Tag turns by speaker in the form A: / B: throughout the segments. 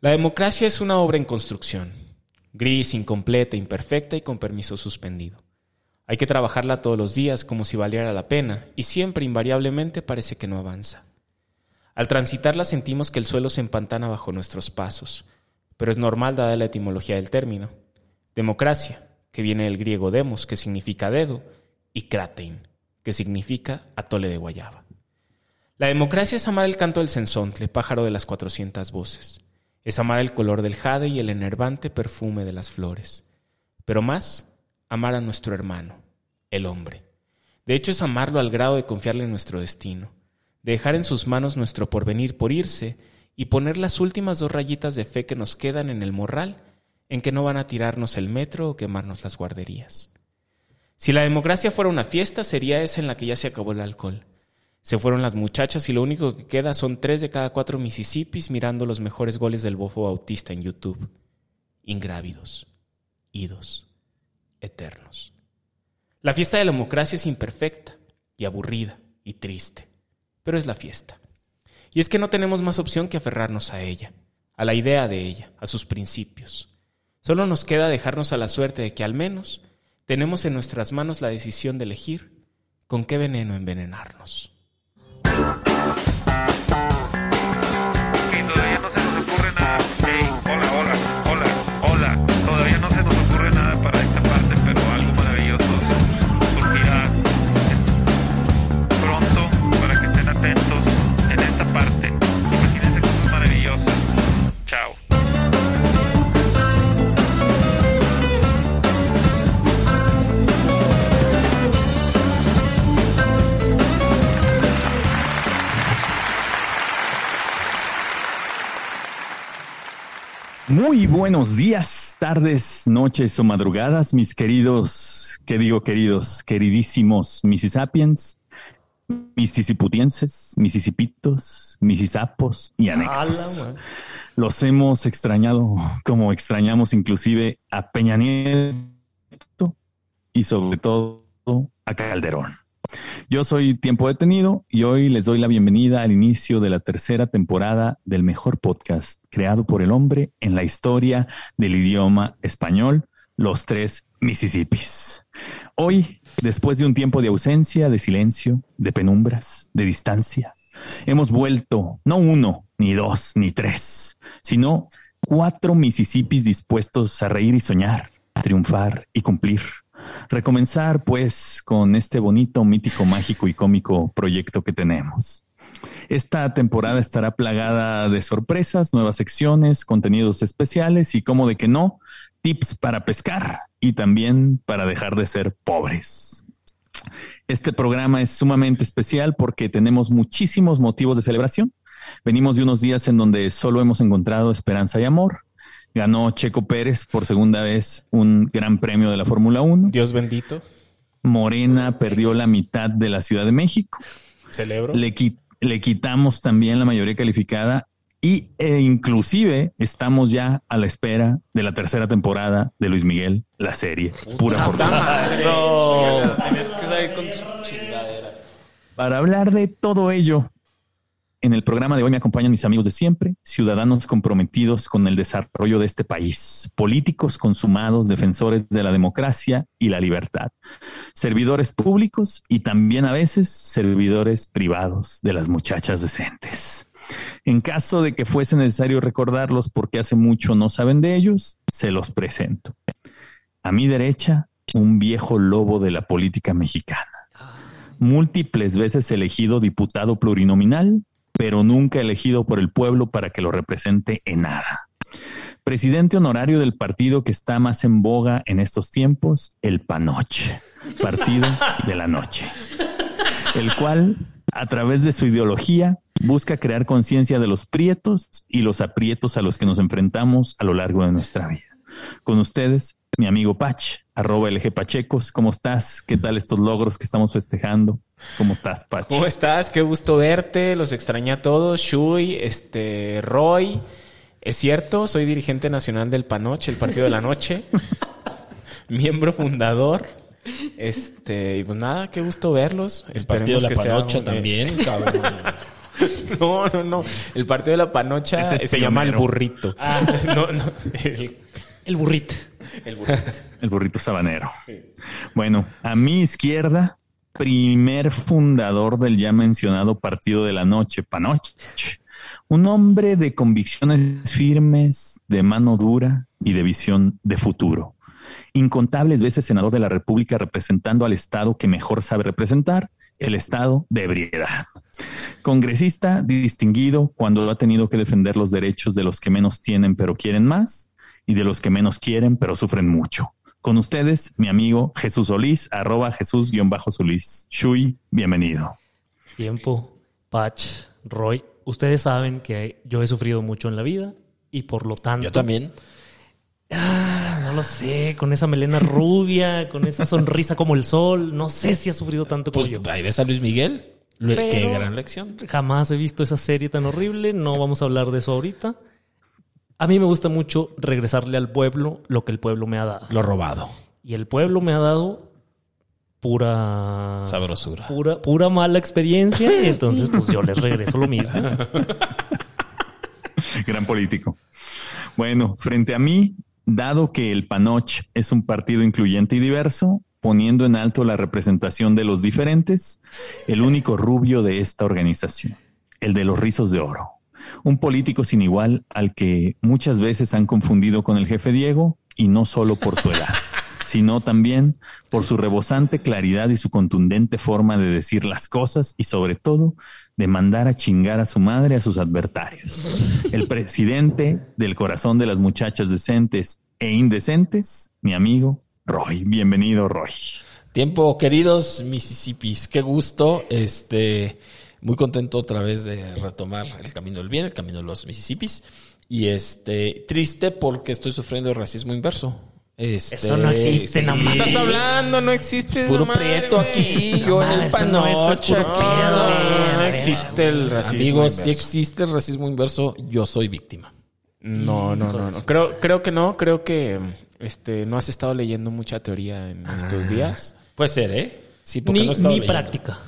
A: La democracia es una obra en construcción, gris, incompleta, imperfecta y con permiso suspendido. Hay que trabajarla todos los días como si valiera la pena y siempre invariablemente parece que no avanza. Al transitarla sentimos que el suelo se empantana bajo nuestros pasos, pero es normal dada la etimología del término. Democracia, que viene del griego demos, que significa dedo, y kratein, que significa atole de guayaba. La democracia es amar el canto del censontle, pájaro de las cuatrocientas voces. Es amar el color del jade y el enervante perfume de las flores. Pero más, amar a nuestro hermano, el hombre. De hecho, es amarlo al grado de confiarle en nuestro destino, de dejar en sus manos nuestro porvenir por irse y poner las últimas dos rayitas de fe que nos quedan en el morral en que no van a tirarnos el metro o quemarnos las guarderías. Si la democracia fuera una fiesta, sería esa en la que ya se acabó el alcohol. Se fueron las muchachas y lo único que queda son tres de cada cuatro Mississippis mirando los mejores goles del bofo bautista en YouTube. Ingrávidos, idos eternos. La fiesta de la democracia es imperfecta y aburrida y triste, pero es la fiesta. Y es que no tenemos más opción que aferrarnos a ella, a la idea de ella, a sus principios. Solo nos queda dejarnos a la suerte de que al menos tenemos en nuestras manos la decisión de elegir con qué veneno envenenarnos.
B: Y todavía no se nos ocurre nada. Ey, hola, hola, hola, hola. Todavía no se nos ocurre nada para esta parte, pero algo maravilloso surgirá pronto para que estén atentos en esta parte. Imagínense cosas maravillosas. Chao.
C: Muy buenos días, tardes, noches o madrugadas, mis queridos, ¿qué digo queridos? Queridísimos Mississappiens, Mississiputienses, Mississippitos, Mississapos y anexos. Los hemos extrañado como extrañamos inclusive a Peña Nieto y sobre todo a Calderón. Yo soy Tiempo Detenido y hoy les doy la bienvenida al inicio de la tercera temporada del mejor podcast creado por el hombre en la historia del idioma español, Los Tres Mississippis. Hoy, después de un tiempo de ausencia, de silencio, de penumbras, de distancia, hemos vuelto, no uno, ni dos, ni tres, sino cuatro Mississippis dispuestos a reír y soñar, a triunfar y cumplir. Recomenzar, pues, con este bonito, mítico, mágico y cómico proyecto que tenemos. Esta temporada estará plagada de sorpresas, nuevas secciones, contenidos especiales y, como de que no, tips para pescar y también para dejar de ser pobres. Este programa es sumamente especial porque tenemos muchísimos motivos de celebración. Venimos de unos días en donde solo hemos encontrado esperanza y amor. Ganó Checo Pérez por segunda vez un gran premio de la Fórmula 1.
A: Dios bendito,
C: Morena perdió la mitad de la Ciudad de México.
A: celebro.
C: Le, qui- le quitamos también la mayoría calificada y, e inclusive estamos ya a la espera de la tercera temporada de Luis Miguel, la serie. Pura fortuna.
A: Eso. Tenías que salir con tus chingaderas.
C: Para hablar de todo ello, en el programa de hoy me acompañan mis amigos de siempre, ciudadanos comprometidos con el desarrollo de este país, políticos consumados, defensores de la democracia y la libertad, servidores públicos y también a veces servidores privados de las muchachas decentes. En caso de que fuese necesario recordarlos porque hace mucho no saben de ellos, se los presento. A mi derecha, un viejo lobo de la política mexicana múltiples veces elegido diputado plurinominal, pero nunca elegido por el pueblo para que lo represente en nada. Presidente honorario del partido que está más en boga en estos tiempos, el Panoche, Partido de la Noche, el cual, a través de su ideología, busca crear conciencia de los prietos y los aprietos a los que nos enfrentamos a lo largo de nuestra vida. Con ustedes, mi amigo Pach, arroba LG Pachecos. ¿Cómo estás? ¿Qué tal estos logros que estamos festejando? ¿Cómo estás, Pach?
A: ¿Cómo estás? Qué gusto verte. Los extrañé a todos. Shui, este, Roy. Es cierto, soy dirigente nacional del Panoche, el partido de la noche. Miembro fundador. Este, y pues nada, qué gusto verlos.
D: Partido
A: Esperemos
D: de la
A: que sea
D: panocha
A: un- eh,
D: también, cabrón.
A: No, no, no. El partido de la panocha
C: Ese es
A: se llama el
C: pionero.
A: burrito. No, no. El,
D: El burrito.
A: el burrito.
C: El burrito sabanero. Bueno, a mi izquierda, primer fundador del ya mencionado Partido de la Noche, Panoche. Un hombre de convicciones firmes, de mano dura y de visión de futuro. Incontables veces senador de la República representando al Estado que mejor sabe representar, el Estado de ebriedad. Congresista distinguido cuando ha tenido que defender los derechos de los que menos tienen pero quieren más y de los que menos quieren pero sufren mucho. Con ustedes, mi amigo Jesús Solís, arroba Jesús-Solís. Shui, bienvenido.
D: Tiempo, Patch, Roy. Ustedes saben que yo he sufrido mucho en la vida y por lo tanto.
E: Yo también.
D: Ah, no lo sé, con esa melena rubia, con esa sonrisa como el sol. No sé si ha sufrido tanto como
E: Pues
D: yo.
E: ahí ves a Luis Miguel. Lu-
D: Pero-
E: Qué gran lección.
D: Jamás he visto esa serie tan horrible. No vamos a hablar de eso ahorita. A mí me gusta mucho regresarle al pueblo lo que el pueblo me ha dado.
E: Lo robado.
D: Y el pueblo me ha dado pura.
E: Sabrosura.
D: Pura, pura mala experiencia. Y entonces, pues yo les regreso lo mismo.
C: Gran político. Bueno, frente a mí, dado que el Panoch es un partido incluyente y diverso, poniendo en alto la representación de los diferentes, el único rubio de esta organización, el de los rizos de oro. Un político sin igual al que muchas veces han confundido con el jefe Diego, y no solo por su edad, sino también por su rebosante claridad y su contundente forma de decir las cosas y sobre todo de mandar a chingar a su madre a sus adversarios. El presidente del corazón de las muchachas decentes e indecentes, mi amigo Roy. Bienvenido, Roy.
E: Tiempo, queridos Mississippis, qué gusto. Este, muy contento otra vez de retomar el camino del bien, el camino de los Mississippis. Y este, triste porque estoy sufriendo de racismo inverso. Este,
D: Eso no existe, no mames.
E: Estás
A: hablando? No existe
E: Puro prieto aquí, yo en
D: mames,
E: el
D: eso no es, eso es
E: panocha.
D: puro
E: aquí.
D: pedo,
E: No,
D: güey.
E: no
D: A ver,
E: existe el racismo. Amigos, si
A: inverso.
E: existe el racismo inverso, yo soy víctima.
A: No, no, no, no. Creo, creo que no. Creo que este, no has estado leyendo mucha teoría en
E: Ah.
A: estos días.
E: Puede ser, ¿eh? Sí, porque
D: Ni,
E: no he estado
D: ni
E: leyendo.
D: práctica.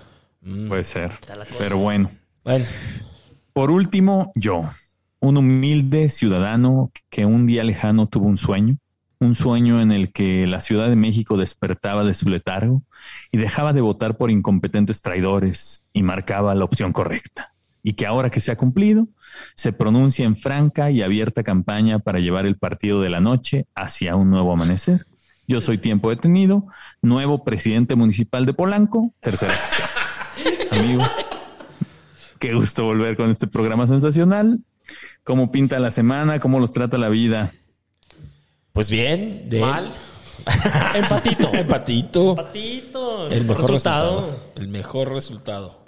C: Puede ser.
D: la cosa.
C: Pero bueno.
E: Bueno,
C: Por último, yo, un humilde ciudadano que un día lejano tuvo un sueño, un sueño en el que la Ciudad de México despertaba de su letargo y dejaba de votar por incompetentes traidores y marcaba la opción correcta, y que ahora que se ha cumplido, se pronuncia en franca y abierta campaña para llevar el partido de la noche hacia un nuevo amanecer. Yo soy tiempo detenido, nuevo presidente municipal de Polanco, tercera sección. Amigos, Qué gusto volver con este programa sensacional. Cómo pinta la semana, cómo los trata la vida.
E: pues bien, de
A: Mal.
D: Empatito.
E: Empatito.
D: Empatito.
E: El mejor
D: resultado.
E: resultado. El mejor resultado.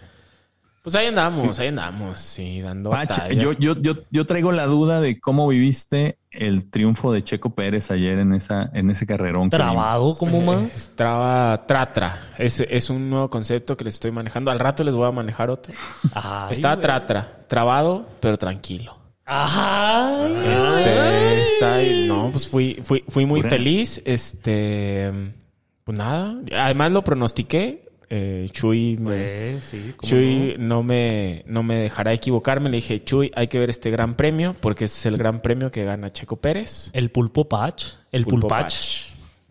A: Pues ahí andamos, ahí andamos. Sí, dando
C: Pach,
A: batallas.
C: yo, yo, yo, yo traigo la duda de cómo viviste el triunfo de Checo Pérez ayer en esa, en ese carrerón. que
D: Trabado como más.
A: Es Traba Tratra. Es, es un nuevo concepto que les estoy manejando. Al rato les voy a manejar otro.
D: Ay,
A: está
D: güey.
A: Tratra. Trabado, pero tranquilo.
D: Ay,
A: Este, está ahí. No, pues fui, fui, fui muy
C: Pura.
A: feliz. Este. Pues nada. Además lo pronostiqué. Eh, Chuy me-
D: Güey, sí, ¿cómo
A: Chuy no? me, no me dejará equivocarme. Le dije, Chuy, hay que ver este gran premio porque este es el gran premio que gana Checo Pérez.
D: El pulpo patch. El
A: Pulpo
D: pulpach.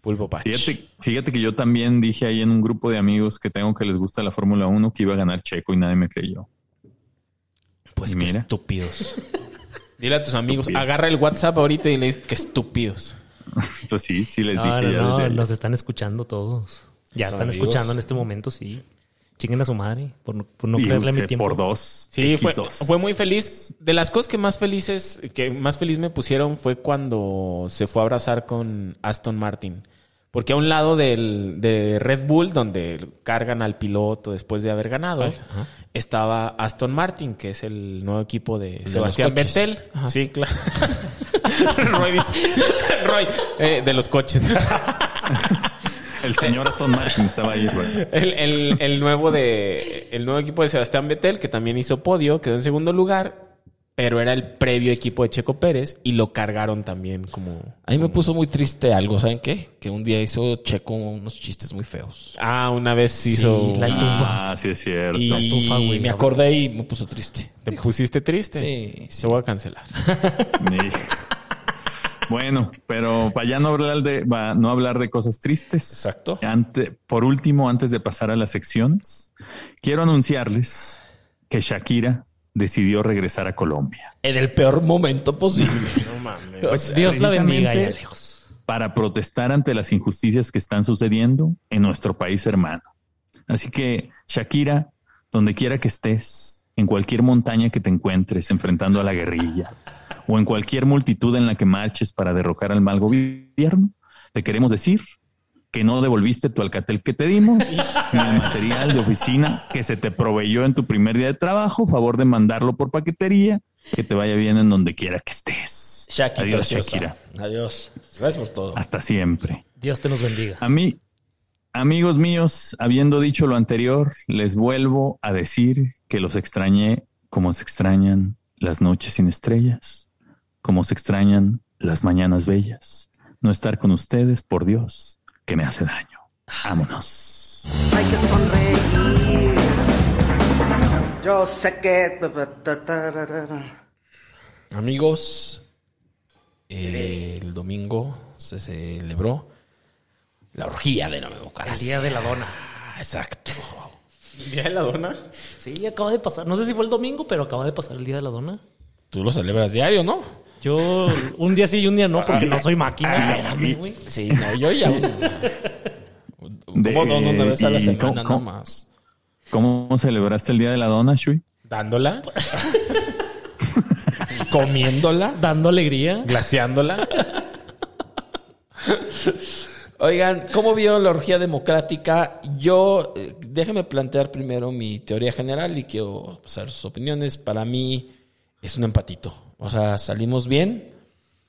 A: Pulpo Patch.
C: vimos. Fíjate, fíjate que yo también dije ahí en un grupo de amigos que tengo que les gusta la Fórmula 1 que iba a ganar Checo y nadie me creyó.
A: Pues qué
C: Mira.
A: estúpidos. Dile a tus amigos,
C: Estúpido.
A: agarra el WhatsApp ahorita y le dices, qué estúpidos.
C: Entonces sí, sí les
D: No,
C: dije. ya
D: no, no.
C: desde ayer.
D: Nos están escuchando todos. Ya
E: Son
D: están
E: amigos.
D: escuchando en este momento, sí. Chinguen a su madre por no, por no
C: Y
D: creerle a mi
C: usé
D: tiempo.
C: por dos.
A: Sí, fue,
C: X2.
A: fue muy feliz. De las cosas que más felices, que más feliz me pusieron fue cuando se fue a abrazar con Aston Martin. Porque a un lado del, de Red Bull, donde cargan al piloto después de haber ganado, estaba Aston Martin, que es el nuevo equipo de
E: los
A: Sebastián
E: coches.
A: Vettel. Sí, claro. Roy, dice- Roy, eh, de los coches.
C: El señor Aston Martin estaba ahí. güey.
A: El, el- el nuevo de el nuevo equipo de Sebastián Vettel, que también hizo podio, quedó en segundo lugar. pero era el previo equipo de Checo Pérez y lo cargaron también como...
E: A mí me puso muy triste algo, ¿saben qué? Que un día hizo Checo unos chistes muy feos.
A: Ah, una vez hizo...
D: la estufa.
C: Ah, sí es cierto.
E: Y
D: estufa, güey,
E: me
D: la
E: acordé y me puso triste.
A: ¿Te pusiste triste?
E: Sí,
A: Se voy a cancelar.
C: Hijo. Bueno, pero para ya no hablar de va- no hablar de cosas tristes.
E: Exacto.
C: Ante- por último, antes de pasar a las secciones, quiero anunciarles que Shakira decidió regresar a Colombia
E: En el peor momento posible.
D: Dios la bendiga
C: precisamente-
D: allá lejos.
C: para protestar ante las injusticias que están sucediendo en nuestro país hermano. Así que Shakira, donde quiera que estés, en cualquier montaña que te encuentres enfrentando a la guerrilla o en cualquier multitud en la que marches para derrocar al mal gobierno, te queremos decir que no devolviste tu alcatel que te dimos, ni el material de oficina que se te proveyó en tu primer día de trabajo, favor de mandarlo por paquetería, que te vaya bien en donde quiera que estés.
E: Shakira,
C: Adiós, Shakira.
E: Adiós. Gracias por todo.
C: Hasta siempre.
D: Dios te nos bendiga.
C: A mí, amigos míos, habiendo dicho lo anterior, les vuelvo a decir que los extrañé como se extrañan las noches sin estrellas, como se extrañan las mañanas bellas. No estar con ustedes, por Dios, que me hace daño. Vámonos.
F: hay que sonreír. Yo sé que...
E: Amigos, eh, el domingo se celebró la orgía de Nuevo
D: El
E: Bucaras. Ah,
D: día de la dona.
E: Exacto.
A: ¿Día de la dona?
D: Sí, acaba de pasar. No sé si fue el domingo, pero acaba de pasar el día de la dona.
E: Tú lo celebras diario, ¿no?
D: Yo un día sí y un día no, porque no soy máquina.
A: Ah,
D: Espérame, güey.
E: Sí, no, yo ya.
C: De-
E: ¿Cómo no? No, una vez a la
C: y- ¿cómo-
E: semana nada
C: cómo?
E: más.
C: ¿Cómo celebraste el Día de la Dona, Shui?
A: ¿Dándola?
E: ¿Comiéndola?
D: Dando alegría.
A: ¿Glaseándola?
E: Oigan, ¿cómo vio la orgía democrática? Yo, eh, déjeme plantear primero mi teoría general y quiero pasar sus opiniones. Para mí es un empatito. O sea, salimos bien,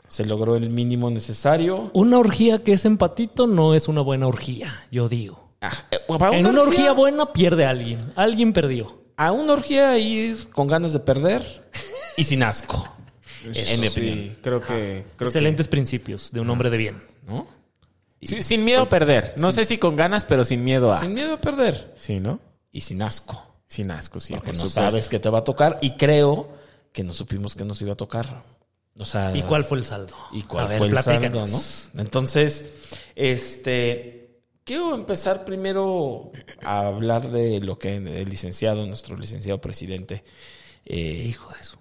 E: se logró el mínimo necesario.
D: Una orgía que es empatito no es una buena orgía, yo digo.
E: Ah, eh, para
D: En una orgía buena pierde alguien. Alguien perdió.
E: a una orgía ir con ganas de perder y sin asco. en mi opinión,
A: creo que... Ah. Creo
D: Excelentes principios de un hombre de bien.
E: ¿no?
A: que- Sí, sin miedo a perder. No sé si con ganas, pero sin miedo a...
E: Sin miedo a perder
A: Sí, ¿no?
E: y sin asco.
A: Sin asco, sí.
E: Porque
A: por
E: no
A: supuesto.
E: sabes que te va a tocar y creo que no supimos que nos iba a tocar. O sea,
D: ¿Y cuál fue el saldo?
E: Ah. y cuál
D: A ver,
E: fue el saldo,
D: platícanos.
E: ¿no? Entonces, este, quiero empezar primero a hablar de lo que el licenciado, nuestro licenciado presidente, eh,
D: Hijo de su.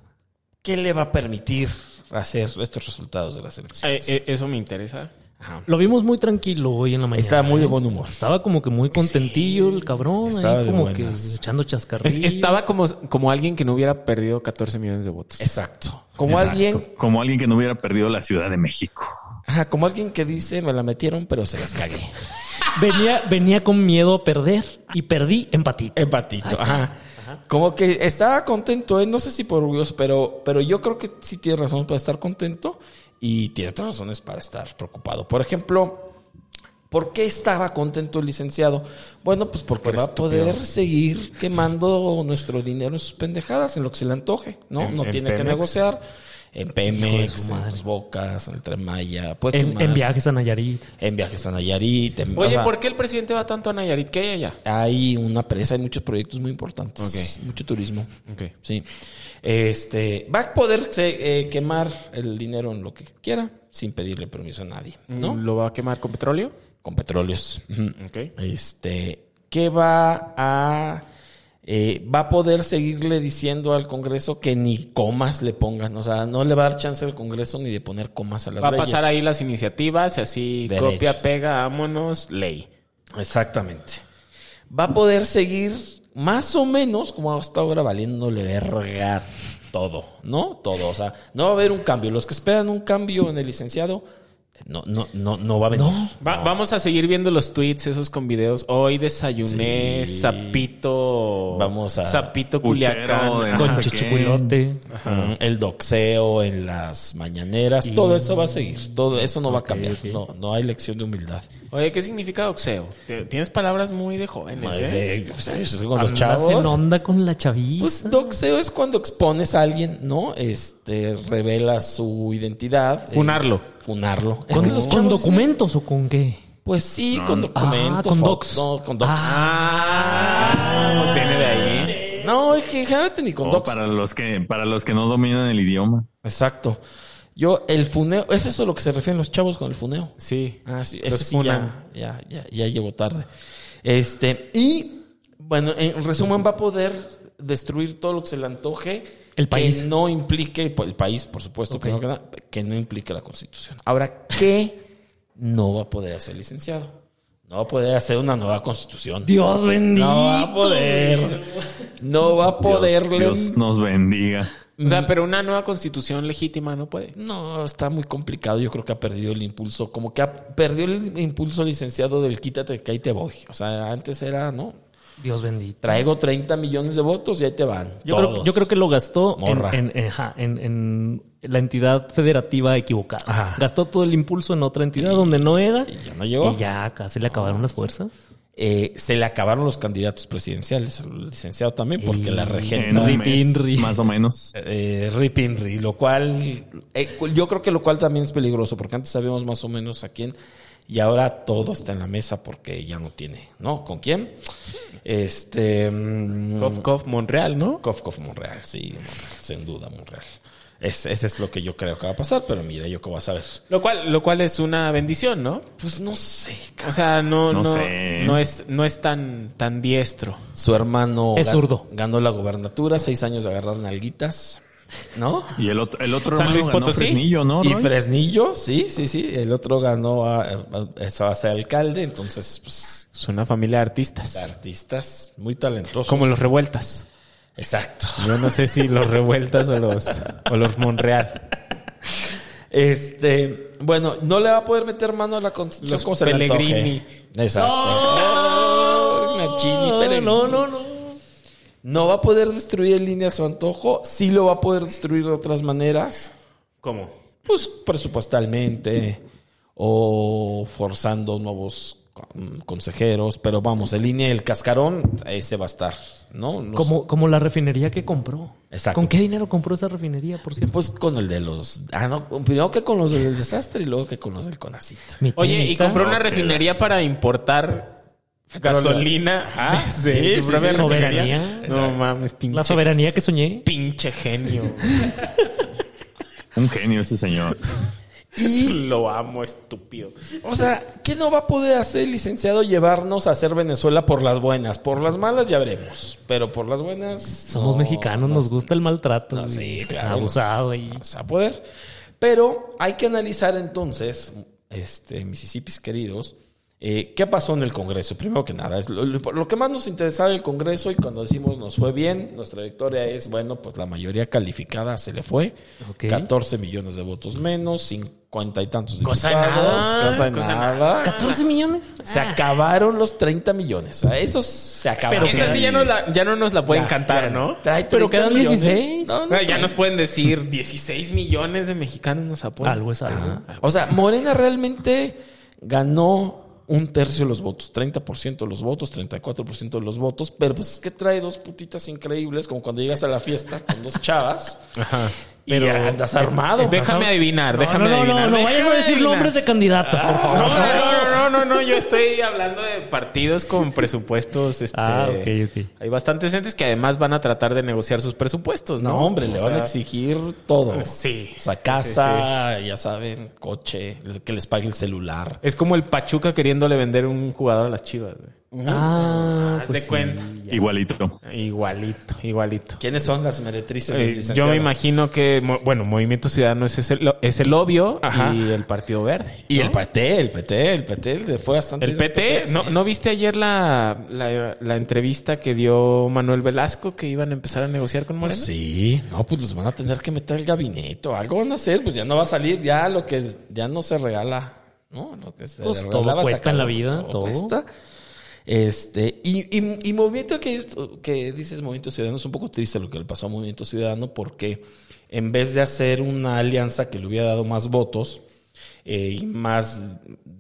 E: ¿qué le va a permitir hacer estos resultados de las
A: Eh,
E: elecciones?
A: eh, eso me interesa.
E: Ajá.
D: Lo vimos muy tranquilo hoy en la mañana.
E: Estaba muy de
D: ¿eh?
E: buen humor.
D: Estaba como que muy contentillo el cabrón,
E: Estaba
D: ahí
E: de
D: como que
E: buenas.
D: echando
A: Es-
D: chascarrillo.
A: estaba como, como alguien que no hubiera perdido 14 millones de votos.
E: Exacto. Como
C: Exacto.
E: alguien,
C: Como alguien que no hubiera perdido la Ciudad de México.
E: ajá, como alguien que dice, me la metieron, pero se las cagué.
D: venía, venía con miedo a perder y perdí empatito.
E: Empatito, ajá. Como que estaba contento, ¿eh? no sé si por orgulloso, pero, pero yo creo que sí tiene razones para estar contento y tiene otras razones para estar preocupado. Por ejemplo, ¿por qué estaba contento el licenciado? Bueno, pues porque va a poder seguir quemando nuestro dinero en sus pendejadas, en lo que se le antoje, ¿no?
A: En-
E: no
A: en
E: tiene que
A: Pemex.
E: negociar. En Pemex,
D: su
E: en
D: madre.
E: Las Bocas, en el Tren Maya, puede
D: En,
E: quemar.
D: en viajes a Nayarit.
E: En viajes a Nayarit. en- o
A: Oye,
E: sea,
A: ¿por qué el presidente va tanto a Nayarit? ¿Qué hay allá?
E: hay una presa, hay muchos proyectos muy importantes.
A: Ok.
E: Mucho turismo.
A: Ok.
E: Sí. Este, va a poder se- eh, quemar el dinero en lo que quiera sin pedirle permiso a nadie, ¿no?
A: ¿Lo va a quemar con petróleo?
E: Con petróleos. Ujú.
A: Ok.
E: Este, que va a eh, va a poder seguirle diciendo al Congreso que ni comas le pongan, o sea, no le va a dar chance al Congreso ni de poner comas a las
A: Va a
E: leyes.
A: pasar ahí las iniciativas, y así
E: Derechos.
A: copia, pega, vámonos, ley.
E: Exactamente. Va a poder seguir más o menos como hasta ahora valiéndole verga todo, ¿no? Todo. O sea, no va a haber un cambio. Los que esperan un cambio en el licenciado No, no, no, no va a venir.
A: Va- Vamos a seguir viendo los tweets esos con videos. Hoy desayuné
E: Sí.
A: sapito.
E: Vamos a-
A: Sapito
C: Puchero de-
A: Culiacán.
D: Con
C: no sé
D: chichicuilote.
E: Ajá. El doxeo en las mañaneras. Todo eso va a seguir. Todo eso no va a cambiar.
D: ok.
E: No, no hay lección de humildad.
A: Oye, ¿qué significa doxeo? Te- Tienes palabras muy de jóvenes.
E: Pues,
A: ¿eh?
E: eh, pues, eh, con los
D: Andas
E: chavos.
D: en onda con la chaviza.
E: Pues doxeo es cuando expones a alguien, ¿no? Este, revela su identidad. eh,
A: Funarlo.
E: funarlo. Es
D: ¿Con,
E: que los
D: con
E: chavos-
D: documentos o con qué?
E: Pues sí, con documentos.
D: Ah, con
E: fo-
D: docs.
E: No, con docs.
A: Ah, pues viene de ahí.
E: No, es que generalmente ni con
C: O
E: docs.
C: Oh, para los que para los que no dominan el idioma.
E: Exacto. Yo, el funeo, ¿es eso a lo que se refieren los chavos con el funeo?
A: Sí.
E: Ah, sí,
A: Los
E: ese sí ya,
A: funan.
E: ya, ya, ya llegó tarde. Este, y bueno, en resumen, va a poder destruir todo lo que se le antoje.
D: El país.
E: Que no implique, pues, el país, por supuesto,
D: Ok.
E: primero que, nada, que no implique la constitución. Ahora, ¿qué no va a poder hacer licenciado? No va a poder hacer una nueva constitución.
D: Dios bendito.
E: No va a poder. No va a poder.
C: Dios nos bendiga.
A: O sea, pero una nueva constitución legítima no puede.
E: No, está muy complicado. Yo creo que ha perdido el impulso. Como que ha perdido el impulso licenciado del quítate que ahí te voy. O sea, antes era, ¿no?
D: Dios bendito.
E: Traigo 30 millones de votos y ahí te van.
D: Yo creo,
E: todos.
D: yo creo que lo gastó en-
E: Morra.
D: en, en- ajá, en- en la entidad federativa equivocada.
E: Ajá.
D: Gastó todo el impulso en otra entidad donde no era.
E: Y ya no llegó.
D: Y ya casi le acabaron las fuerzas.
E: Eh, se le acabaron los candidatos presidenciales al licenciado también porque
D: Y-
E: la
C: En
E: regenta.
C: un
D: Rip in,
C: mes,
D: rip.
C: más o menos.
E: Eh, rip in rip, lo cual eh, yo creo que lo cual también es peligroso porque antes sabíamos más o menos a quién y ahora todo está en la mesa porque ya no tiene, ¿no? ¿Con quién? Este mm,
A: Cof, cof, Monreal, ¿no?
E: Cof, Cof, Monreal, sí, Monreal, sin duda Monreal. Es- ese es lo que yo creo que va a pasar, pero mira, yo qué voy a saber.
A: Lo cual, lo cual es una bendición, ¿no?
E: Pues no sé, ca-
A: O sea, no, no,
C: No
A: no,
C: sé.
A: es, no es tan, tan diestro.
E: su hermano
D: Es
E: gan-
D: zurdo.
E: ganó la gobernatura, seis años de agarrar nalguitas, ¿no?
C: Y el otro, el otro
A: San
C: hermano
A: Luis
C: ganó
A: Potosí
C: Fresnillo, ¿no?
E: Y
C: Roy?
E: Fresnillo, sí, sí, sí. El otro ganó a, a- a- eso va a ser alcalde, entonces, pues,
A: Es una familia de artistas.
E: artistas muy talentosos.
A: Como los revueltas.
E: Exacto.
A: Yo no sé si los revueltas o los, o los Monreal.
E: Este, bueno, no le va a poder meter mano a la constitución
A: Los
E: como se le
A: Pellegrini.
E: antoje. Exacto. Oh, Nachini, Pellegrini.
D: no, no, no.
E: No va a poder destruir en línea a su antojo, sí lo va a poder destruir de otras maneras.
A: ¿Cómo?
E: Pues presupuestalmente o forzando nuevos mm, consejeros, pero vamos, en línea el cascarón, ese va a estar, ¿no? No sé.
D: Como, como la refinería que compró.
E: Exacto.
D: ¿Con qué dinero compró esa refinería, por cierto?
E: Pues con el de los... Ah, no, primero que con los del desastre y luego que con los del Conacit.
D: Mi
A: Oye, y
D: tita.
A: compró una refinería para importar gasolina desde
E: sí,
A: su
E: sí,
A: propia
E: sí,
A: refinería.
D: soberanía.
A: No mames, pinche,
D: La soberanía que soñé.
A: pinche genio.
C: Un genio ese señor.
A: Lo amo, estúpido.
E: O sea, ¿qué no va a poder hacer, licenciado, llevarnos a hacer Venezuela por las buenas? Por las malas ya veremos, pero por las buenas...
D: Somos
E: no,
D: mexicanos,
E: no
D: nos gusta el maltrato.
E: No,
D: y
E: sí, claro.
D: Abusado y
E: vamos a poder. Pero hay que analizar entonces, este, Mississippis queridos, eh, qué pasó en el Congreso. Primero que nada, es lo, lo- lo que más nos interesaba del Congreso y cuando decimos nos fue bien, nuestra victoria es, bueno, pues la mayoría calificada se le fue.
D: Ok.
E: 14 millones de votos menos, 50 y tantos
A: Cosa de nada,
E: cosa de
A: cosa de
E: nada.
D: 14 millones.
E: Se
D: Ah.
E: acabaron los 30 millones. A esos se acabaron.
A: Esa sí ya no, la- ya no nos la pueden cantar, ¿no?
E: Trae
D: Pero
E: 30
D: quedan
E: millones.
D: 16.
E: No, no,
A: Ah, ya nos pueden decir 16 millones de mexicanos nos apoyan.
D: Algo es algo.
E: O sea, Morena realmente ganó un tercio de los votos, 30% de los votos, 34% de los votos, pero pues es que trae dos putitas increíbles, como cuando llegas a la fiesta con dos chavas y andas armado.
A: Déjame adivinar, déjame
D: no, no,
A: adivinar.
D: no, no
A: déjame
D: vayas a decir
A: adivinar.
D: nombres de candidatas, por
A: No,
D: favor.
A: no, no, no, no, no, yo estoy hablando de partidos con presupuestos. Este,
D: Ah, ok, ok.
A: Hay bastantes entes que además van a tratar de negociar sus presupuestos, ¿no?
E: No, hombre,
A: O
E: le
A: sea,
E: van a exigir todo.
A: Sí.
E: O sea, casa, ya saben, coche, que les pague el celular.
A: Es como el Pachuca queriéndole vender un jugador a las chivas. güey.
D: Ah,
A: Haz
D: pues
A: de
D: sí,
A: cuenta.
D: ya.
C: Igualito.
A: Igualito, igualito.
E: ¿Quiénes son las meretrices? del
A: Eh, yo
E: licenciado?
A: me imagino que, mo- bueno, Movimiento Ciudadano es, ese lo- es el obvio
E: Ajá.
A: y el Partido Verde.
E: Y el PT, el PT, el PT le fue bastante.
A: El PT, ¿no,
E: sí.
A: ¿no viste ayer la, la- la entrevista que dio Manuel Velasco que iban a empezar a negociar con Moreno?
E: Pues sí, no, pues los van a tener que meter al gabinete o algo van a hacer, pues ya no va a salir, ya lo que ya no se regala, ¿no? Lo que se
D: Pues todo
E: regalaba se
D: cuesta en
E: acabó,
D: la vida, todo.
E: cuesta. Este, y, y, y movimiento que, que dices Movimiento Ciudadano es un poco triste lo que le pasó a Movimiento Ciudadano porque en vez de hacer una alianza que le hubiera dado más votos eh, y más,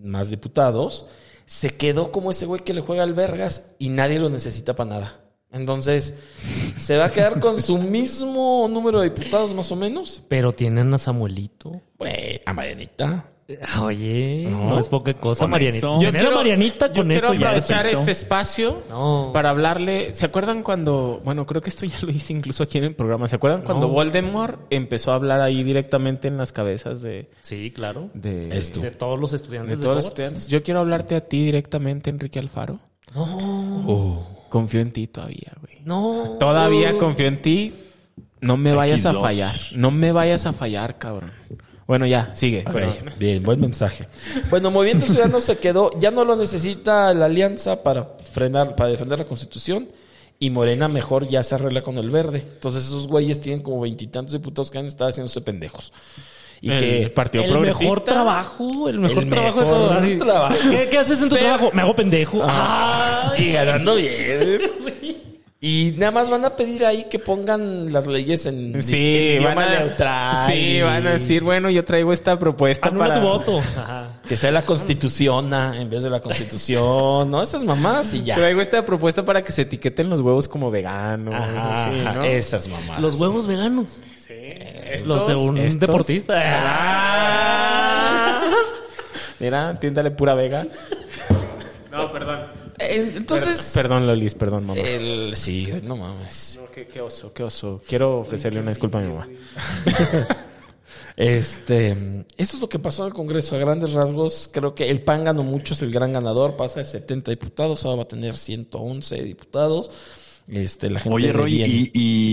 E: más diputados, se quedó como ese güey que le juega al Vergas y nadie lo necesita para nada. Entonces, se va a quedar con su mismo número de diputados, más o menos.
D: Pero tienen a Samuelito.
E: Güey, a Marianita.
D: Oye, no, es poca cosa,
C: Con
D: Marianita.
C: eso.
D: Yo Marianita
A: yo
D: con
A: quiero
D: eso ya. es-
A: aprovechar este espacio
D: No.
A: para hablarle. ¿Se acuerdan cuando? Bueno, creo que esto ya lo hice incluso aquí en el programa. ¿Se acuerdan cuando Voldemort empezó a hablar ahí directamente en las cabezas de,
D: Sí, claro.
A: de,
E: Es tú.
D: De todos los
A: de
D: estudiantes de,
A: todos los
D: Hogwarts.
A: estudiantes? Yo quiero hablarte a ti directamente, Enrique Alfaro.
D: Oh.
A: Confío en ti todavía, güey.
D: No.
A: Todavía confío en ti. No me vayas a
C: X2.
A: fallar. No me vayas a fallar, cabrón. Bueno, ya, sigue.
E: Güey, bien, buen mensaje. Bueno, Movimiento Ciudadano se quedó, ya no lo necesita la alianza para frenar, para defender la constitución. Y Morena mejor ya se arregla con el verde. Entonces esos güeyes tienen como veintitantos diputados que han estado haciéndose pendejos. Y
A: El
E: que
A: Partido
D: El
A: Progresista.
D: mejor trabajo, el mejor
E: El
D: trabajo
E: mejor
D: de todo.
E: trabajo.
D: ¿Qué, qué haces en tu
E: Ser-
D: trabajo? Me hago pendejo.
A: Ah.
D: Ay.
E: Ah, Y ganando bien. Y nada más van a pedir ahí que pongan las leyes en
A: Sí,
E: en
A: van
E: idioma
A: a,
E: neutral.
A: sí, van a decir, bueno, yo traigo esta propuesta
D: Anula
A: para...
D: Ah, tu voto. Ajá.
E: que sea la constitución ah, en vez de la constitución, ¿no? Esas mamás y ya.
A: Traigo esta propuesta para que se etiqueten los huevos como veganos. así,
E: Ajá, ajá,
A: ¿no?
E: Esas mamás.
D: Los huevos veganos. los de un
A: Ah, estos- Ah.
D: deportista.
A: Mira, tiéndale pura vega. No, perdón.
E: Eh, Entonces. Eh,
A: Perdón, Lolis, perdón, mamá.
E: El, sí, no mames.
A: No, qué, qué oso, qué oso. Quiero ofrecerle una disculpa a mi mamá.
E: Este, eso es lo que pasó en el Congreso. A grandes rasgos, creo que el PAN ganó mucho, es el gran ganador, pasa de 70 diputados, ahora va a tener 111 diputados. Este, la gente
C: Oye,
E: de
C: Roy,
E: bien.
C: y,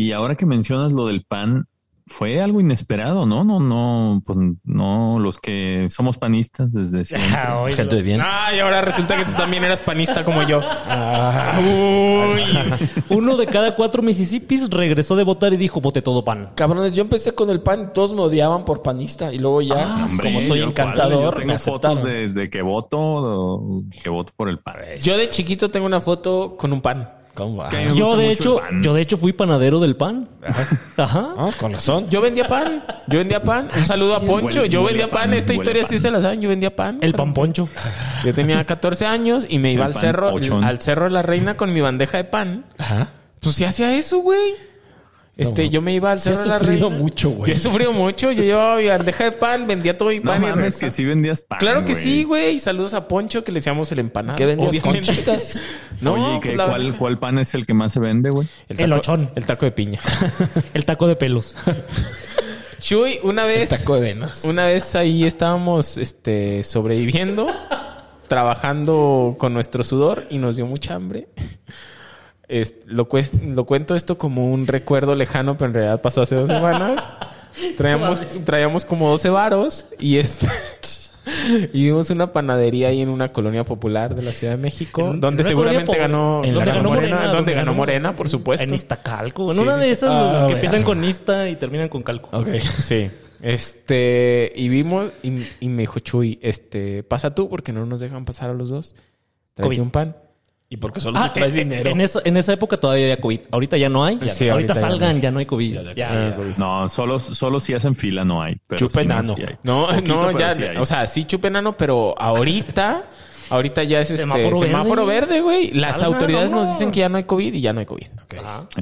C: y ahora que mencionas lo del pan, fue algo inesperado, ¿no? No, no, pues no, los que somos panistas desde siempre.
D: Ah, oye,
E: gente de bien.
A: Ay, ahora resulta que tú también eras panista como yo. Ah. Uy.
D: Uno de cada cuatro Mississippis regresó de votar y dijo, vote todo pan.
E: Cabrones, yo empecé con el PAN, todos me odiaban por panista y luego ya,
C: Hombre,
E: como soy
C: yo cuál,
E: encantador,
C: yo
E: me
C: tengo
E: aceptaron.
C: fotos desde que voto, o- que voto por el pan.
A: Yo de chiquito tengo una foto con un pan.
E: ¿Cómo va?
C: ¿Qué? Me
D: Yo
C: gusta
D: de
C: mucho
D: hecho,
C: el pan.
D: yo de hecho fui panadero del pan. Ajá.
E: Ah, con razón.
A: Yo vendía pan. Yo vendía pan. Un saludo a Poncho.
C: Huele-
A: Yo
C: huele
A: vendía
C: pan,
A: pan. Esta
C: huele
A: historia
C: pan.
A: sí se la saben. Yo vendía pan.
D: El pan poncho.
A: Yo tenía 14 años y me iba
C: El
A: al
C: pan
A: cerro,
C: pochón.
A: al cerro de la reina con mi bandeja de pan.
E: Ajá.
A: Pues sí hacía eso, güey. Este,
E: No,
A: yo me iba al
E: se ha
A: cerro de la
E: sufrido
A: reina.
E: mucho, güey.
A: Yo he sufrido mucho. Yo llevaba mi bandeja de pan, vendía todo mi
C: No
A: pan y
C: mames,
A: regresaba.
C: que sí vendías pan.
A: Claro que
C: güey.
A: sí, güey. Y saludos a Poncho que le decíamos el empanado.
E: ¿Qué vendías, conchitas?
A: no,
C: Oye, ¿y
A: pues
C: qué-
A: la-
C: cuál, cuál pan es el que más se vende, güey?
D: El
A: taco-
D: ochón.
A: El taco de piña.
D: El taco de pelos.
A: Chuy, una vez.
E: Taco de venas.
A: Una vez ahí estábamos este, sobreviviendo, trabajando con nuestro sudor y nos dio mucha hambre. Es- lo, cues- lo cuento esto como un recuerdo lejano, pero en realidad pasó hace dos semanas. Traíamos, traíamos como 12 varos y este. Y vimos una panadería ahí en una colonia popular de la Ciudad de México,
D: En- en
A: donde
D: una
A: seguramente
D: colonia
A: ganó,
D: pobre.
A: ganó
D: Donde ganó
A: Morena,
D: Morena,
A: donde
D: donde
A: ganó
D: ganó
A: Morena, por supuesto.
D: En Iztacalco. En
A: Sí,
D: una
A: sí,
D: de
A: sí.
D: esas
E: Ah,
D: que
E: bueno.
D: empiezan con Ista y terminan con Calco.
E: Ok.
A: Sí. Este, y vimos, y, y me dijo Chuy, este, pasa tú porque no nos dejan pasar a los dos. Tráete
D: COVID.
A: un pan.
E: Y porque solo
D: Ah,
E: tú traes
D: eh, eh,
E: dinero.
D: En esa, en esa época todavía había COVID. Ahorita ya no hay.
A: Sí,
D: ahorita,
A: ahorita ya
D: salgan,
A: no.
D: ya no hay COVID. Ya,
A: Ah, COVID.
C: No, solo, solo si hacen fila no hay. Pero
E: Chupe
C: sí, no,
E: nano.
C: sí hay.
A: No,
C: Poquito,
A: no,
C: pero
A: ya,
C: sí hay.
A: o sea, sí chupenano, pero ahorita, ahorita ya es este
D: Semáforo
A: semáforo,
D: verde.
A: verde, güey. Las
D: Salgan,
A: autoridades nos
D: vámonos.
A: dicen que ya no hay COVID y ya no hay COVID.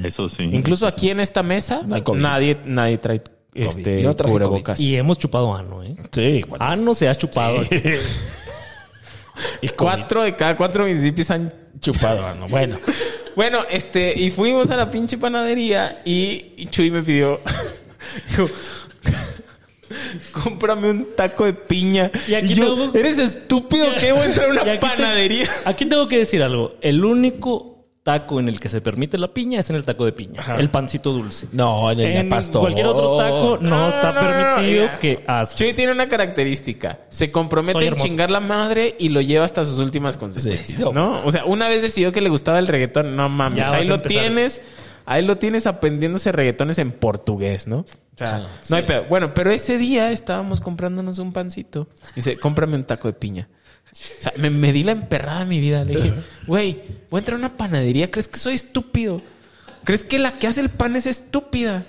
C: Eso sí.
A: Incluso aquí en esta mesa,
E: No hay COVID.
A: nadie, nadie trae este
E: Yo traje
A: cubrebocas.
D: Y hemos chupado ano, ¿eh?
E: Sí, bueno.
D: Ano se ha chupado.
A: Y cuatro de cada cuatro municipios han
E: chupado, ano. Bueno.
A: Bueno, este, y fuimos a la pinche panadería y, y Chuy me pidió. dijo, Cómprame un taco de piña.
D: Y aquí
A: Y yo,
D: tengo-
A: Eres estúpido que voy a entrar a
D: Y
A: una
D: aquí te-
A: panadería.
D: aquí tengo que decir algo. El único taco en el que se permite la piña es en el taco de piña. El pancito dulce.
E: No, en el
D: en
E: pastor.
D: cualquier otro taco no, está
A: no, no, no,
D: permitido
A: mira.
D: que haz.
A: Chuy tiene una característica. Se compromete
D: Soy
A: en
D: hermoso.
A: chingar la madre y lo lleva hasta sus últimas consecuencias,
E: Sí.
A: ¿no? O sea, una vez decidió que le gustaba el reggaetón, no mames.
D: Ya vas
A: ahí
D: a
A: lo
D: empezar.
A: tienes, ahí lo tienes aprendiéndose reggaetones en portugués, ¿no? O sea,
E: Ah,
A: no
E: sí.
A: hay pedo. Bueno, pero ese día estábamos comprándonos un pancito. Dice, cómprame un taco de piña. O sea, me, me di la emperrada de mi vida. Le dije, güey, voy a entrar a una panadería. ¿Crees que soy estúpido? ¿Crees que la que hace el pan es estúpida?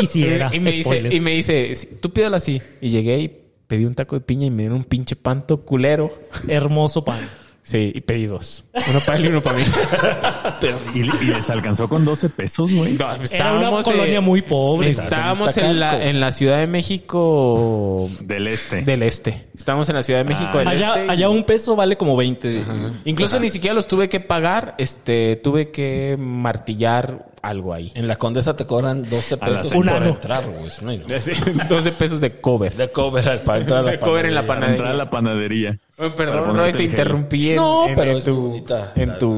D: Y si era,
A: Eh, y, me dice,
D: spoiler.
A: y me dice, "Sí, tú pídelo así. Y llegué y pedí un taco de piña y me dieron un pinche panto culero.
D: Hermoso pan.
A: Sí, y pedí dos. Uno para él y uno para mí.
C: Y, y les alcanzó con 12 pesos, güey.
A: No,
D: Era una colonia
A: eh,
D: muy pobre.
A: pues, Estábamos en la, en la Ciudad de México
C: Del este.
A: del Este. Estábamos en la Ciudad de México del
D: allá,
A: Este.
D: allá un peso vale como 20.
A: Incluso ni siquiera los tuve que pagar. Este, tuve que martillar algo ahí.
E: En la Condesa te cobran 12
C: A la
E: pesos
C: Un
E: por
D: ano.
E: entrar, güey. No hay-
A: 12 pesos de cover.
E: De cover para entrar a la
A: De cover
D: Eh,
A: en la
E: panadería.
C: Para entrar a la panadería.
A: Oye,
C: Para
A: perdón,
C: ponerte
A: Roy, te
C: el gel.
A: interrumpí en,
E: No,
A: en-
E: pero
A: en
E: es
A: tu,
E: bonita.
A: en
E: La-
A: tu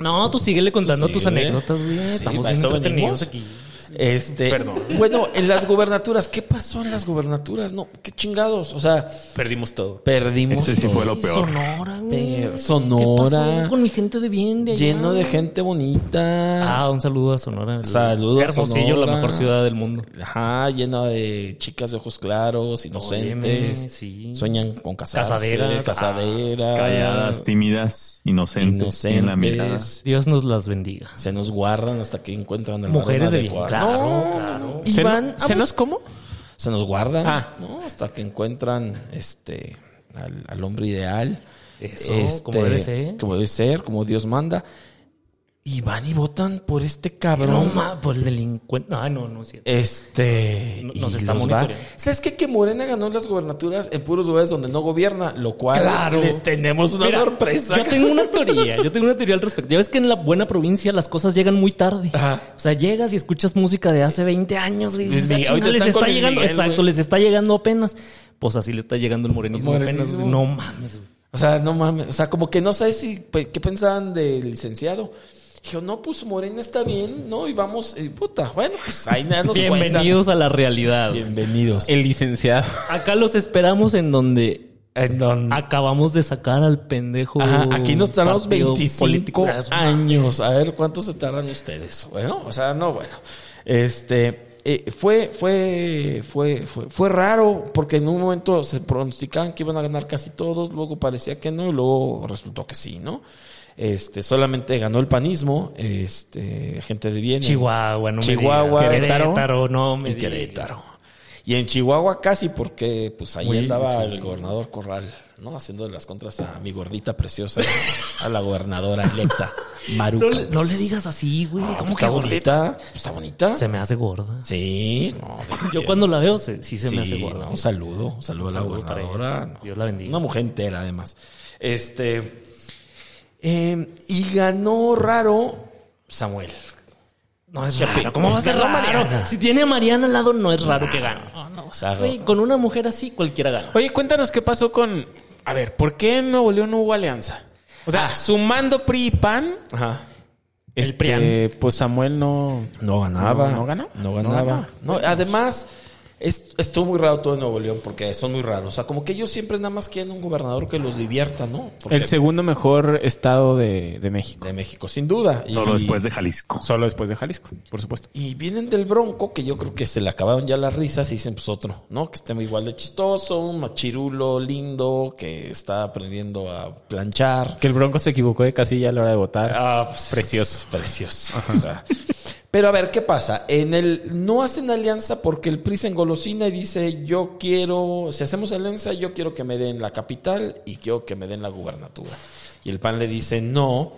D: No, tú síguele contando
E: Sí,
D: tus
E: güey.
D: anécdotas, güey.
E: Sí,
D: Estamos
E: para
D: bien
E: eso
D: entretenidos
E: venimos.
D: aquí.
E: Este, Bueno, en las gobernaturas, ¿qué pasó en las gobernaturas? No, qué chingados. O sea,
A: Perdimos todo.
E: perdimos.
C: Ese sí
E: todo.
C: fue lo peor.
D: Sonora,
E: Pero-
D: güey.
E: Sonora.
D: ¿Qué pasó con mi gente de bien de allá?
E: Lleno de gente bonita.
D: Ah, un saludo a Sonora.
E: Saludo a
D: Hermosillo,
E: Sonora.
D: la mejor ciudad del mundo.
E: Ajá, llena de chicas de ojos claros, inocentes.
D: Óyeme, sí.
E: Sueñan con casarse.
D: Casaderas.
E: Casaderas.
C: Calladas, tímidas, inocentes.
E: Inocentes.
C: En la mirada.
D: Dios nos las bendiga.
E: Se nos guardan hasta que encuentran el
D: Mujeres de bien.
E: Claro,
D: Claro,
E: Y
A: ¿Se,
E: van a-
A: ¿se nos cómo?
E: se nos guardan,
A: Ah.
E: ¿no? Hasta que encuentran este al, al hombre ideal. Este,
D: Eso, como debe ser.
E: Como debe ser, como Dios manda. Y van y votan por este
D: Pero,
E: cabrón.
D: ma, por el delincuente. Ah, no, no es cierto.
E: este.
D: No-
E: y
D: nos está
E: los va.
D: monitoreando.
E: ¿Sabes qué? Que Morena ganó las gobernaturas en puros lugares donde no gobierna, lo cual
D: Claro.
E: les tenemos una
D: Mira,
E: sorpresa.
D: Yo tengo una teoría, yo tengo una teoría al respecto. Ya ves que en la buena provincia las cosas llegan muy tarde.
E: Ajá.
D: O sea, llegas y escuchas música de hace 20 años, güey. y dices,
E: Luis Miguel,
D: "Ah,
E: ahorita
D: chingada, les
E: están con
D: está
E: Luis
D: llegando,
E: Miguel,
D: exacto,
E: güey.
D: les está llegando apenas. Pues así le está llegando el morenismo,
E: El
D: apenas.
E: morenismo.
D: güey. No mames, güey.
E: O sea, no mames. O sea, como que no sé si pe- qué pensaban del licenciado. Dijo, no, pues Morena está bien, ¿no? Y vamos, y puta, bueno, pues ahí nada nos cuentan.
D: Bienvenidos a la realidad.
E: Bienvenidos.
A: El licenciado.
D: Acá los esperamos en donde
E: En don-
D: acabamos de sacar al pendejo.
E: Ajá, aquí nos tardamos
D: partido
E: 25
D: político.
E: años. A ver cuánto se tardan ustedes. Bueno, o sea, no, bueno. Este eh, fue, fue, fue, fue, fue raro porque en un momento se pronosticaban que iban a ganar casi todos, luego parecía que no, y luego resultó que sí, ¿no? Este, solamente ganó el panismo, este, gente de bien.
D: Chihuahua, no me
E: Chihuahua,
D: digas.
E: Querétaro.
D: Querétaro, no me
E: y
D: digas.
E: Querétaro. Y en Chihuahua casi porque pues ahí
D: Oye,
E: andaba
D: sí.
E: el gobernador Corral, ¿no? Haciendo de las contras a mi gordita preciosa, a la gobernadora electa, Maru.
D: No, le-
E: Campos.
D: no le digas así, güey.
E: Ah,
D: ¿Cómo
E: pues,
D: que
E: está
D: gordita?
E: bonita, pues, está bonita.
D: Se me hace gorda.
E: Sí, no,
D: Yo cuando la veo, se- sí se me hace
E: Sí,
D: gorda.
E: no, un saludo, un saludo a la
D: Saludo para
E: gobernadora.
D: ella.
E: no.
D: Dios la bendiga.
E: Una mujer entera, además. Este. eh, y ganó raro Samuel.
D: No es raro. ¿Cómo va a ser raro? Si tiene a Mariana al lado, no es raro que gane.
E: O sea,
D: Güey, con una mujer así, cualquiera gana.
A: Oye, cuéntanos qué pasó con. A ver, ¿por qué en Nuevo León no hubo alianza? O sea, sumando PRI y PAN,
E: ajá.
A: Ah. este, pues Samuel no.
E: No ganaba.
A: No, no ganaba.
E: No
A: No
E: ganaba.
A: ganaba.
E: No, además, es- estuvo muy raro todo en Nuevo León porque son muy raros. O sea, como que ellos siempre nada más quieren un gobernador que los divierta, ¿no? Porque-
A: El segundo mejor estado de, de México.
E: de México, sin duda. Y,
C: Solo después de Jalisco.
A: Solo después de Jalisco, por supuesto.
E: y vienen del Bronco, que yo creo que se le acabaron ya las risas y dicen, pues otro, ¿no? Que esté igual de chistoso, un machirulo lindo, que está aprendiendo a planchar.
A: Que el Bronco se equivocó de casilla a la hora de votar.
E: Ah, pues,
A: Precioso.
E: Precioso. O sea, pero a ver, ¿qué pasa? En el no hacen alianza porque el PRI se engolosina y dice, yo quiero, si hacemos alianza, yo quiero que me den la capital y quiero que me den la gubernatura. Y el PAN le dice, no,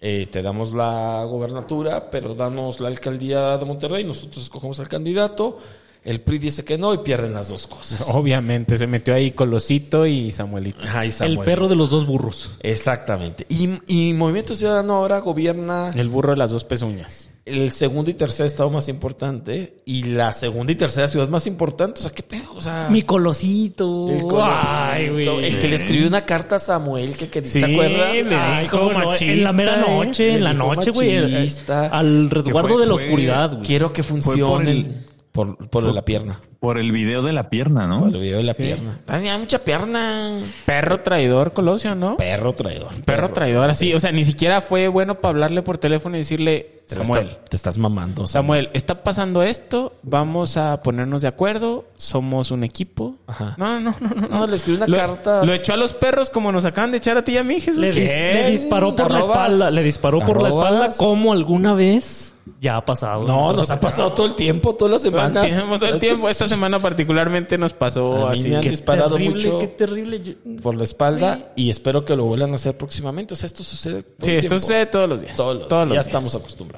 E: eh, te damos la gubernatura, pero danos la alcaldía de Monterrey, nosotros escogemos al candidato. El PRI dice que no y pierden las dos cosas.
A: Obviamente, se metió ahí Colosito y Samuelito.
E: Ay,
D: Oh. El
E: Samuel.
D: perro de los dos burros.
E: Exactamente. Y, y Movimiento Ciudadano ahora gobierna
A: El burro de las dos pezuñas.
E: el segundo y tercer estado más importante y la segunda y tercera ciudad más importante. O sea, ¿qué pedo? O sea,
D: Mi colosito.
E: Ah. el, colosal,
D: Ay, güey.
E: el que le escribió una carta a Samuel que, que
A: Sí,
E: ¿se ah, acuerdan?
A: le
D: Ay,
A: dijo
D: cómo no,
A: machista,
D: en la mera
A: ¿eh?
D: noche,
E: Le
D: en la
E: dijo
D: noche, güey. eh,
E: machista.
D: Al resguardo
C: Que fue-
D: de la
C: fue-
D: oscuridad, güey.
E: Quiero que funcione
C: el-
E: por, por, la pierna.
C: Por el video de la pierna, ¿no?
E: Por el video de la pierna.
A: Ah,
E: Tenía mucha pierna.
A: Perro traidor, Colosio, ¿no? Perro,
E: Perro traidor.
A: traidor, así. O sea, ni siquiera fue bueno para hablarle por teléfono y decirle,
E: Te lo
A: Samuel,
E: estás- te estás mamando.
A: Samuel, está pasando esto, vamos a ponernos de acuerdo, somos un equipo.
E: Ajá.
A: No, no, no, no.
E: No, le escribí una
A: Lo-
E: carta.
A: Lo echó a los perros como nos acaban de echar a ti y a mí, Jesús.
D: Le, dis-
A: Bien.
D: le disparó por
E: Arrobas.
D: la espalda. Le disparó por la
E: Arrobas.
D: espalda como alguna vez ya ha pasado.
E: No,
D: Entonces,
E: nos ha pasado todo el tiempo, todas las
A: Todo el
E: semanas.
A: tiempo, todo el tiempo. Esta semana particularmente nos pasó
E: A mí
A: así.
E: me han
A: que-
E: dis- disparado
D: terrible,
E: mucho.
D: Qué terrible. Yo-
E: por la espalda y espero que lo vuelvan a hacer próximamente. O sea, esto sucede. todo
A: Sí,
E: el
A: esto
E: tiempo.
A: sucede todos los días.
E: Todos los-
A: Todos los
E: ya
A: días.
E: estamos acostumbrados.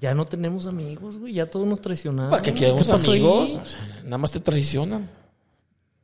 D: Ya no tenemos amigos, güey. Ya todos nos traicionaron.
E: Para que
D: Ah, ¿Qué
E: quedemos
D: pasó ahí?
E: amigos, o sea, nada más te traicionan.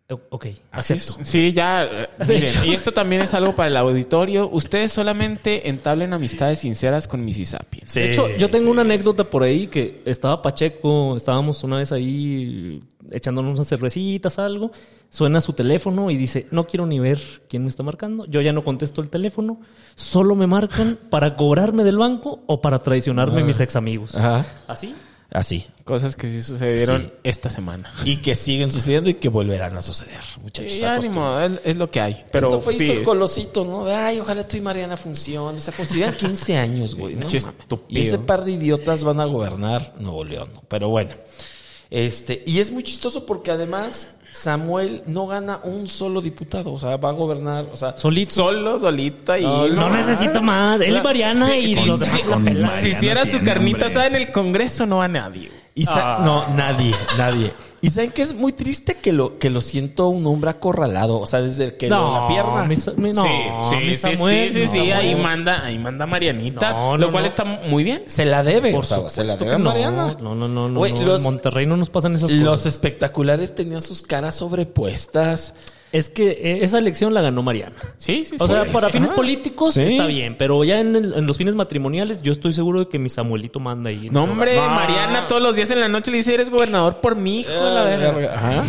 D: Eh, Ok,
E: Así
D: acepto.
A: Sí, ya. eh,
D: De
A: miren,
D: hecho.
A: y esto también es algo para el auditorio. Ustedes solamente entablen amistades sinceras con Missy Sapiens.
D: De hecho, yo tengo una anécdota por ahí que estaba Pacheco, estábamos una vez ahí echándonos unas cervecitas, algo. Suena su teléfono y dice: No quiero ni ver quién me está marcando. Yo ya no contesto el teléfono. Solo me marcan para cobrarme del banco o para traicionarme mis ex amigos.
E: Ajá.
D: Así.
E: Así.
A: Cosas que sí sucedieron
E: Sí.
A: esta semana.
E: Y que siguen sucediendo y que volverán a suceder, muchachos.
A: Sí, ánimo, es, es lo que hay. Pero
E: Pero Esto fue
A: sí,
E: hizo el
A: es-
E: colosito, ¿no? De, Ay, ojalá tú y Mariana funcione. Se construirán 15 años, güey. ¿no?
A: Pinche
E: mames.
A: estúpido.
E: Y ese par de idiotas van a gobernar Nuevo León. ¿no? Pero bueno. Este, y es muy chistoso porque además Samuel no gana un solo diputado. O sea, va a gobernar. O sea,
D: Solito.
A: solo, solita y...
E: No,
D: No necesito más. Él y Mariana y
C: sí,
D: los
C: sí,
D: demás
C: sí.
D: la pelan.
A: Si hiciera su
C: tiene,
A: carnita
C: hombre.
A: asada en el Congreso, no va nadie.
E: Y sa-
A: Ah.
E: No, nadie, nadie. Y saben que es muy triste que lo, que lo siento un hombre acorralado. O sea, desde que lo de la pierna.
D: mi Sa- mi- no, mi Samuel,
A: sí, sí, sí,
D: no.
A: ahí manda, ahí manda Marianita,
D: No,
A: lo
D: no,
A: cual
D: no.
A: está muy bien.
E: Se la debe.
D: Por
E: o sea,
D: supuesto
E: se la
D: que
E: debe a
D: no.
E: Mariana.
D: No, no, no, no.
E: Güey,
D: no.
E: los,
D: en Monterrey no nos pasan esas
E: los
D: cosas.
E: espectaculares tenían sus caras sobrepuestas.
D: Es que eh, esa elección la ganó Mariana.
A: Sí, sí,
D: O
A: sí.
D: sea,
A: Sí.
D: para
A: Ah.
D: fines
A: Ajá.
D: políticos
E: Sí.
D: está bien, pero ya en, el- en los fines matrimoniales yo estoy seguro de que mi Samuelito manda ahí. en
A: No,
D: ese
E: Ah.
A: hombre,
D: hogar.
A: Mariana todos los días en la noche le dice, eres gobernador por mi hijo, la verga.
E: Ah, Ajá.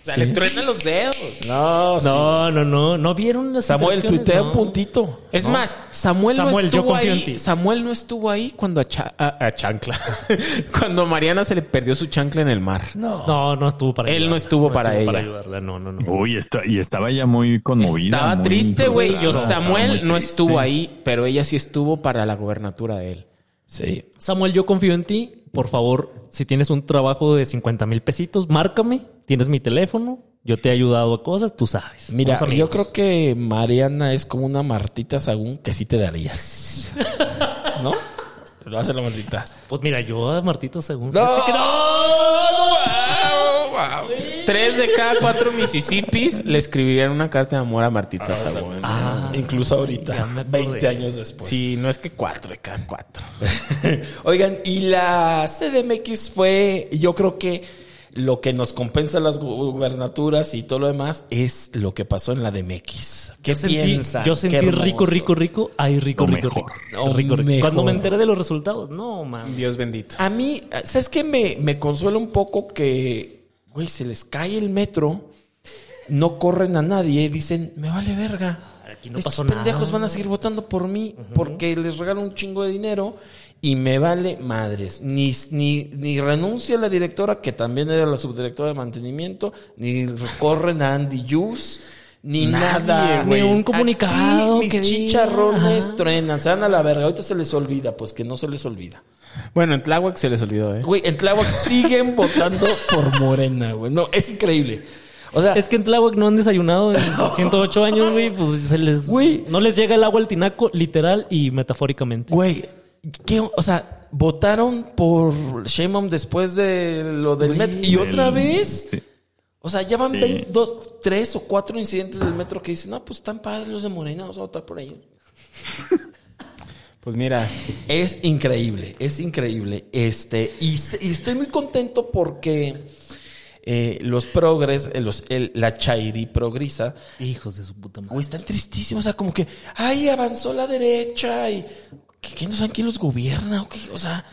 A: O sea, le truena los dedos.
E: No, sí.
D: No, no, no. ¿No vieron las
E: Samuel,
D: elecciones?
E: tuitea
D: No.
E: un puntito.
A: Es más, Samuel,
D: Samuel,
A: no
D: yo
A: estuvo
D: confío en
A: ahí.
D: ti.
A: Samuel no estuvo ahí cuando a, Cha- a- a Chancla. cuando Mariana se le perdió su chancla en el mar.
E: No.
D: No, no estuvo para
A: Él no
D: ayudarla.
A: estuvo para ella.
D: ayudarla, no, no, no.
C: Uy, está, y estaba ya muy conmovida.
A: Estaba
C: muy
A: triste, güey. Y
C: frustrada, estaba
A: Samuel
C: muy
A: no
C: triste.
A: estuvo ahí, pero ella sí estuvo para la gobernatura de él.
E: Sí.
D: Samuel, yo confío en ti. Por favor, si tienes un trabajo de 50 mil pesitos, márcame. Tienes mi teléfono. Yo te he ayudado a cosas, tú sabes.
E: Mira,
D: Somos
E: yo
D: amigos.
E: creo que Mariana es como una Martita Sagún que sí te darías. ¿No? Lo hace la Martita.
D: Pues mira, yo a Martita según.
E: No,
A: Tres de cada cuatro Mississippis le escribirían una carta de amor a Martita Sabuena.
D: Ah,
E: Incluso
D: Ya
E: ahorita,
D: me acordé.
E: 20 años después.
A: Sí, no es que cuatro de cada cuatro.
E: Oigan, y la CDMX fue, yo creo que lo que nos compensa las gu- gubernaturas y todo lo demás es lo que pasó en la DMX. ¿Qué
D: yo sentí,
E: piensan?
D: yo
E: Qué
D: sentí
E: hermoso.
D: rico, rico, rico. Ay, rico,
C: Lo
D: rico,
C: mejor.
D: rico.
E: Lo
D: rico, rico. Cuando
E: mejor.
D: me enteré de los resultados, no, man.
A: Dios bendito.
E: A mí, ¿sabes qué? Me, me consuela un poco que, güey, se les cae el metro, no corren a nadie, dicen, me vale verga.
D: Aquí no
E: Estos
D: pasó nada.
E: pendejos van a seguir votando por mí porque les regalo un chingo de dinero y me vale madres. Ni, ni, ni renuncia la directora, que también era la subdirectora de mantenimiento, ni recorren a Andy Yus, ni
D: Nadie,
E: nada.
D: güey. Ni un
E: Aquí
D: comunicado
E: mis
D: que diga,
E: chicharrones
D: ajá.
E: truenan, se van a la verga. Ahorita se les olvida, pues que no se les olvida.
A: Bueno, en Tláhuac se les olvidó, ¿eh?
E: Güey, en Tláhuac siguen votando por Morena, güey. No, es increíble. O sea,
D: Es que en Tláhuac no han desayunado en 108 años, güey. Pues se les.
E: Güey.
D: No les llega el agua al tinaco, literal y metafóricamente.
E: güey, ¿qué, o sea, votaron por Sheinbaum después de lo del metro. Y
C: Del-
E: otra vez,
C: sí.
E: o sea, ya van
C: Sí.
E: 22, 3 o 4 incidentes del metro que dicen, no, pues están padres los de Morena, vamos a votar por ellos.
A: Pues mira,
E: Es increíble, es increíble. Este, y, se- y estoy muy contento porque eh, los progres, eh, los, el- la Chairi progrisa,
D: Hijos de su puta madre.
E: Güey, están tristísimos. O sea, como que, ay, avanzó la derecha y que, que no saben quién los gobierna. O, qué? o sea,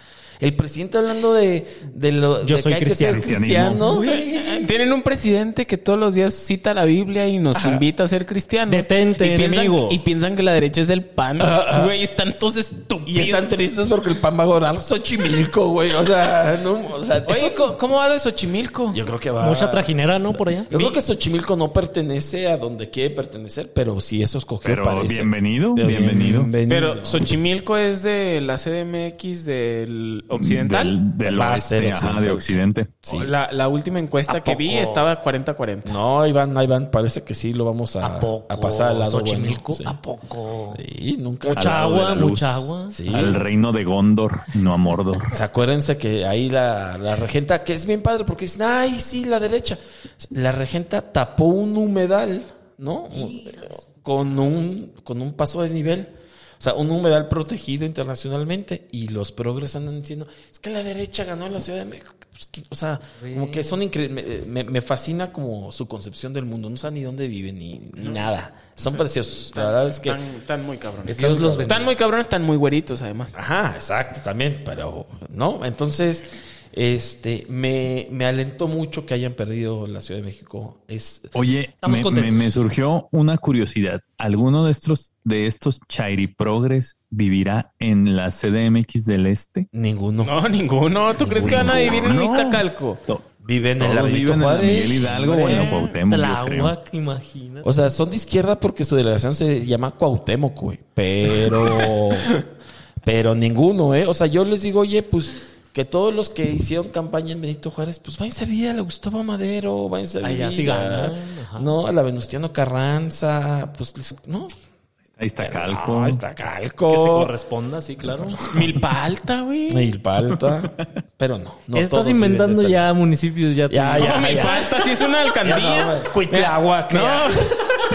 E: El presidente hablando de, de lo
D: Yo
E: de
D: soy
E: que hay que ser
C: cristiano.
E: cristiano.
A: Güey, Tienen un presidente que todos los días cita la Biblia y nos invita a ser cristianos.
D: Detente,
A: y piensan,
D: enemigo.
A: Y piensan que la derecha es el pan. Güey, están todos
E: Y
A: estúpidos.
E: están tristes porque el pan va a gobernar Xochimilco, güey. O sea, no, o sea,
A: Oye,
E: eso-
A: ¿cómo, cómo va lo de Xochimilco?
E: yo creo que va.
D: Mucha trajinera, ¿no? Por allá.
E: Yo creo que Xochimilco no pertenece a donde quiere pertenecer, pero sí eso escogió
C: Pero
E: parece.
C: bienvenido,
E: Pero
C: bienvenido.
A: Pero Xochimilco es de la CDMX del occidental.
C: Del, del
E: Va a
C: oeste,
E: ser
C: ajá, de occidente.
E: Sí.
A: La, la última encuesta
E: ¿A
A: que vi
E: poco?
A: estaba 40-40.
E: No, ahí van, ahí van. Parece que sí lo vamos a, a pasar al lado
D: Xochimilco,
E: bueno. Sí.
D: ¿A poco?
E: Sí, nunca.
C: Al
D: Mucha
C: lado de
D: agua,
C: la luz.
D: mucha agua.
E: Sí.
C: Al reino de Gondor, no a Mordor.
E: O sea, acuérdense que ahí la, la regenta, que es bien padre, porque dicen, ay, sí, la derecha. La regenta tapó un humedal, ¿no? Con un, con un paso a desnivel. O sea, un humedal protegido internacionalmente. Y los progres andan diciendo, es que la derecha ganó en la Ciudad de México. Pues, que- O sea, como que son increíbles. Me, me fascina como su concepción del mundo. No saben ni dónde viven ni, ni nada. Son preciosos. La verdad es que...
A: Están, están muy cabrones.
E: Dios los bendiga.
A: Están muy cabrones, están muy güeritos además.
E: Ajá, exacto, también, pero no, entonces este me, me alentó mucho que hayan perdido la Ciudad de México. Es
C: Oye,
D: Estamos
C: me,
D: contentos.
C: me- me surgió una curiosidad. ¿Alguno de estos, de estos Chairi Progres vivirá en la CDMX del Este?
E: ninguno.
A: No, ninguno. ¿Tú crees que van a vivir en un
C: No.
A: Iztacalco?
C: To-
E: Viven en la
C: todos viven
E: Benito
C: en la
E: Juárez.
C: Miguel Hidalgo o en la Cuauhtémoc, yo creo.
D: Tláhuac, imagínate.
E: O sea, son de izquierda porque su delegación se llama Cuauhtémoc, güey. Pero pero ninguno, eh. O sea, yo les digo, "Oye, pues que todos los que hicieron campaña en Benito Juárez, pues váyanse a vivir a la Gustavo Madero, váyanse a vivir
D: Allá sí
E: a-
D: ganan, ajá.
E: no, a la Venustiano Carranza, pues les- no,
C: Ahí está Calco.
E: Ah, está
D: Que se
E: Calco.
D: corresponda, sí, claro.
A: Milpalta, güey.
E: Milpalta. Pero no. no todos
D: Estás
E: viven
D: inventando
E: de esta-
D: ya municipios, ya.
E: Ya,
D: tengo.
E: ya, ya.
A: Milpalta sí es una
E: Ya no,
A: alcaldía.
E: güey. Cuitláhuac,
A: No.
E: ya.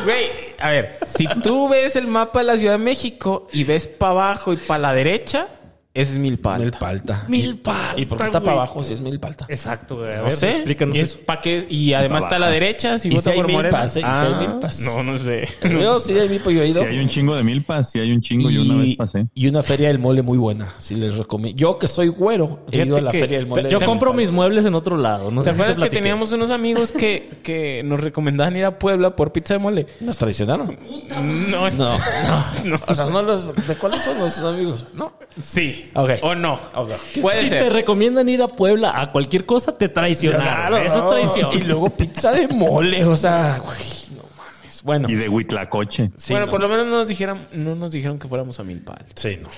A: Güey, a ver, si tú ves el mapa de la Ciudad de México y ves para abajo y para la derecha, es Milpalta.
E: Milpalta.
D: Milpalta,
E: ¿Y por qué está
D: güey.
E: para abajo si es Milpalta?
D: Exacto, güey. A
A: No
D: ver,
A: sé.
D: explícanos
A: y, es
D: eso.
A: pa' que- y además está a la
C: Abajo.
A: derecha, si
E: Y
A: vota
E: si hay
A: por Morena.
E: milpas, ¿eh? Y si hay milpas.
A: No, no sé.
E: Yo sí, ahí mismo yo he
C: Si
E: ido.
C: hay un chingo de milpas, si hay un chingo, yo una vez pasé.
E: y una feria del mole muy buena. Si les recomiendo. Yo que soy güero, he
A: Fíjate
E: ido a la
A: que
E: feria del mole.
D: Yo
E: de
D: compro mis
E: Milpalta.
D: muebles en otro lado. No
A: ¿Te
D: sé si te
A: acuerdas que
D: platiqué.
A: teníamos unos amigos que, que nos recomendaban ir a Puebla por pizza de mole?
E: ¿Nos traicionaron?
A: No, no.
E: No, no.
A: no.
E: O sea, no los, ¿de cuáles son los amigos? No.
A: Sí.
E: Ok.
A: O no.
E: Ok.
A: Puede
D: si
A: ser.
D: te recomiendan ir a Puebla a cualquier cosa, te traicionaron. Eso es traición.
E: Y luego pizza de mole. O sea, güey, no mames. Bueno.
C: Y de Huitlacoche.
E: sí,
A: bueno,
E: no.
A: por lo menos no nos dijeron, no nos dijeron que fuéramos a Milpal.
E: Sí, no.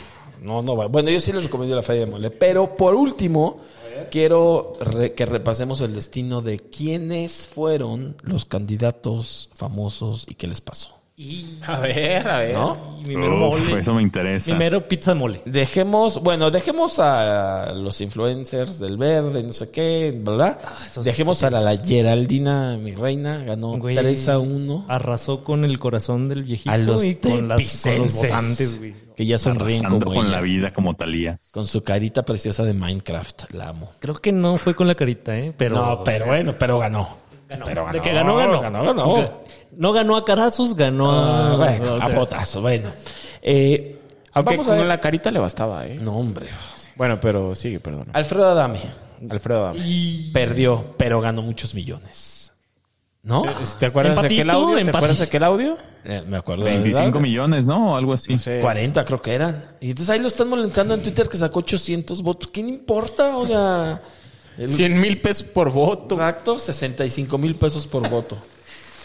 E: No, no va. Bueno, yo sí les recomiendo la Feria de Mole. Pero por último, quiero re- que repasemos el destino de quiénes fueron los candidatos famosos y qué les pasó.
D: Y-
A: A ver, a ver.
E: ¿No?
D: y mi mero
C: Uf,
D: mole.
C: eso me
D: Mi
C: interesa.
D: mero pizza mole.
E: Dejemos, bueno, dejemos a los influencers del verde, no sé qué, ¿verdad?
D: Ah, esos
E: dejemos a la, la Geraldina, mi reina, ganó
D: Güey, Ah,
E: 3 a 1.
D: Arrasó con el corazón del viejito
E: A los
D: y con, las, con los
E: tepicenses.
D: votantes, güey.
E: Que ya sonríen
C: Arrasando
E: como
C: con
E: ella,
C: la vida como Talía.
E: con su carita preciosa de Minecraft. La amo.
D: Creo que no fue con la carita, ¿eh? Pero,
E: no, pero bueno, pero ganó.
D: ganó.
E: pero
D: De
E: ganó,
D: que ganó, ganó.
E: ganó, ganó.
D: Ga- No ganó a carazos, ganó
E: Ah,
D: a...
E: bueno, a
D: otra.
E: potazo, bueno. Eh,
A: Aunque
E: vamos a
A: con
E: ver-
A: la carita le bastaba, ¿eh?
E: No, hombre.
A: Bueno, pero sigue, perdona.
E: Alfredo Adame
A: Alfredo, dame.
E: perdió, pero ganó muchos millones. ¿No?
A: ¿Te acuerdas de aquel
D: Empatito,
A: audio? ¿Te
D: empatito.
A: acuerdas de aquel audio?
E: Eh, me acuerdo. de
C: 25
E: verdad.
C: millones, ¿no? O algo así.
A: sé.
E: 40 creo que eran. Y entonces ahí lo están molestando en Twitter que sacó 800 votos. ¿Quién importa? O sea... el-
A: 100 mil pesos por voto.
E: Exacto, 65 mil pesos por voto.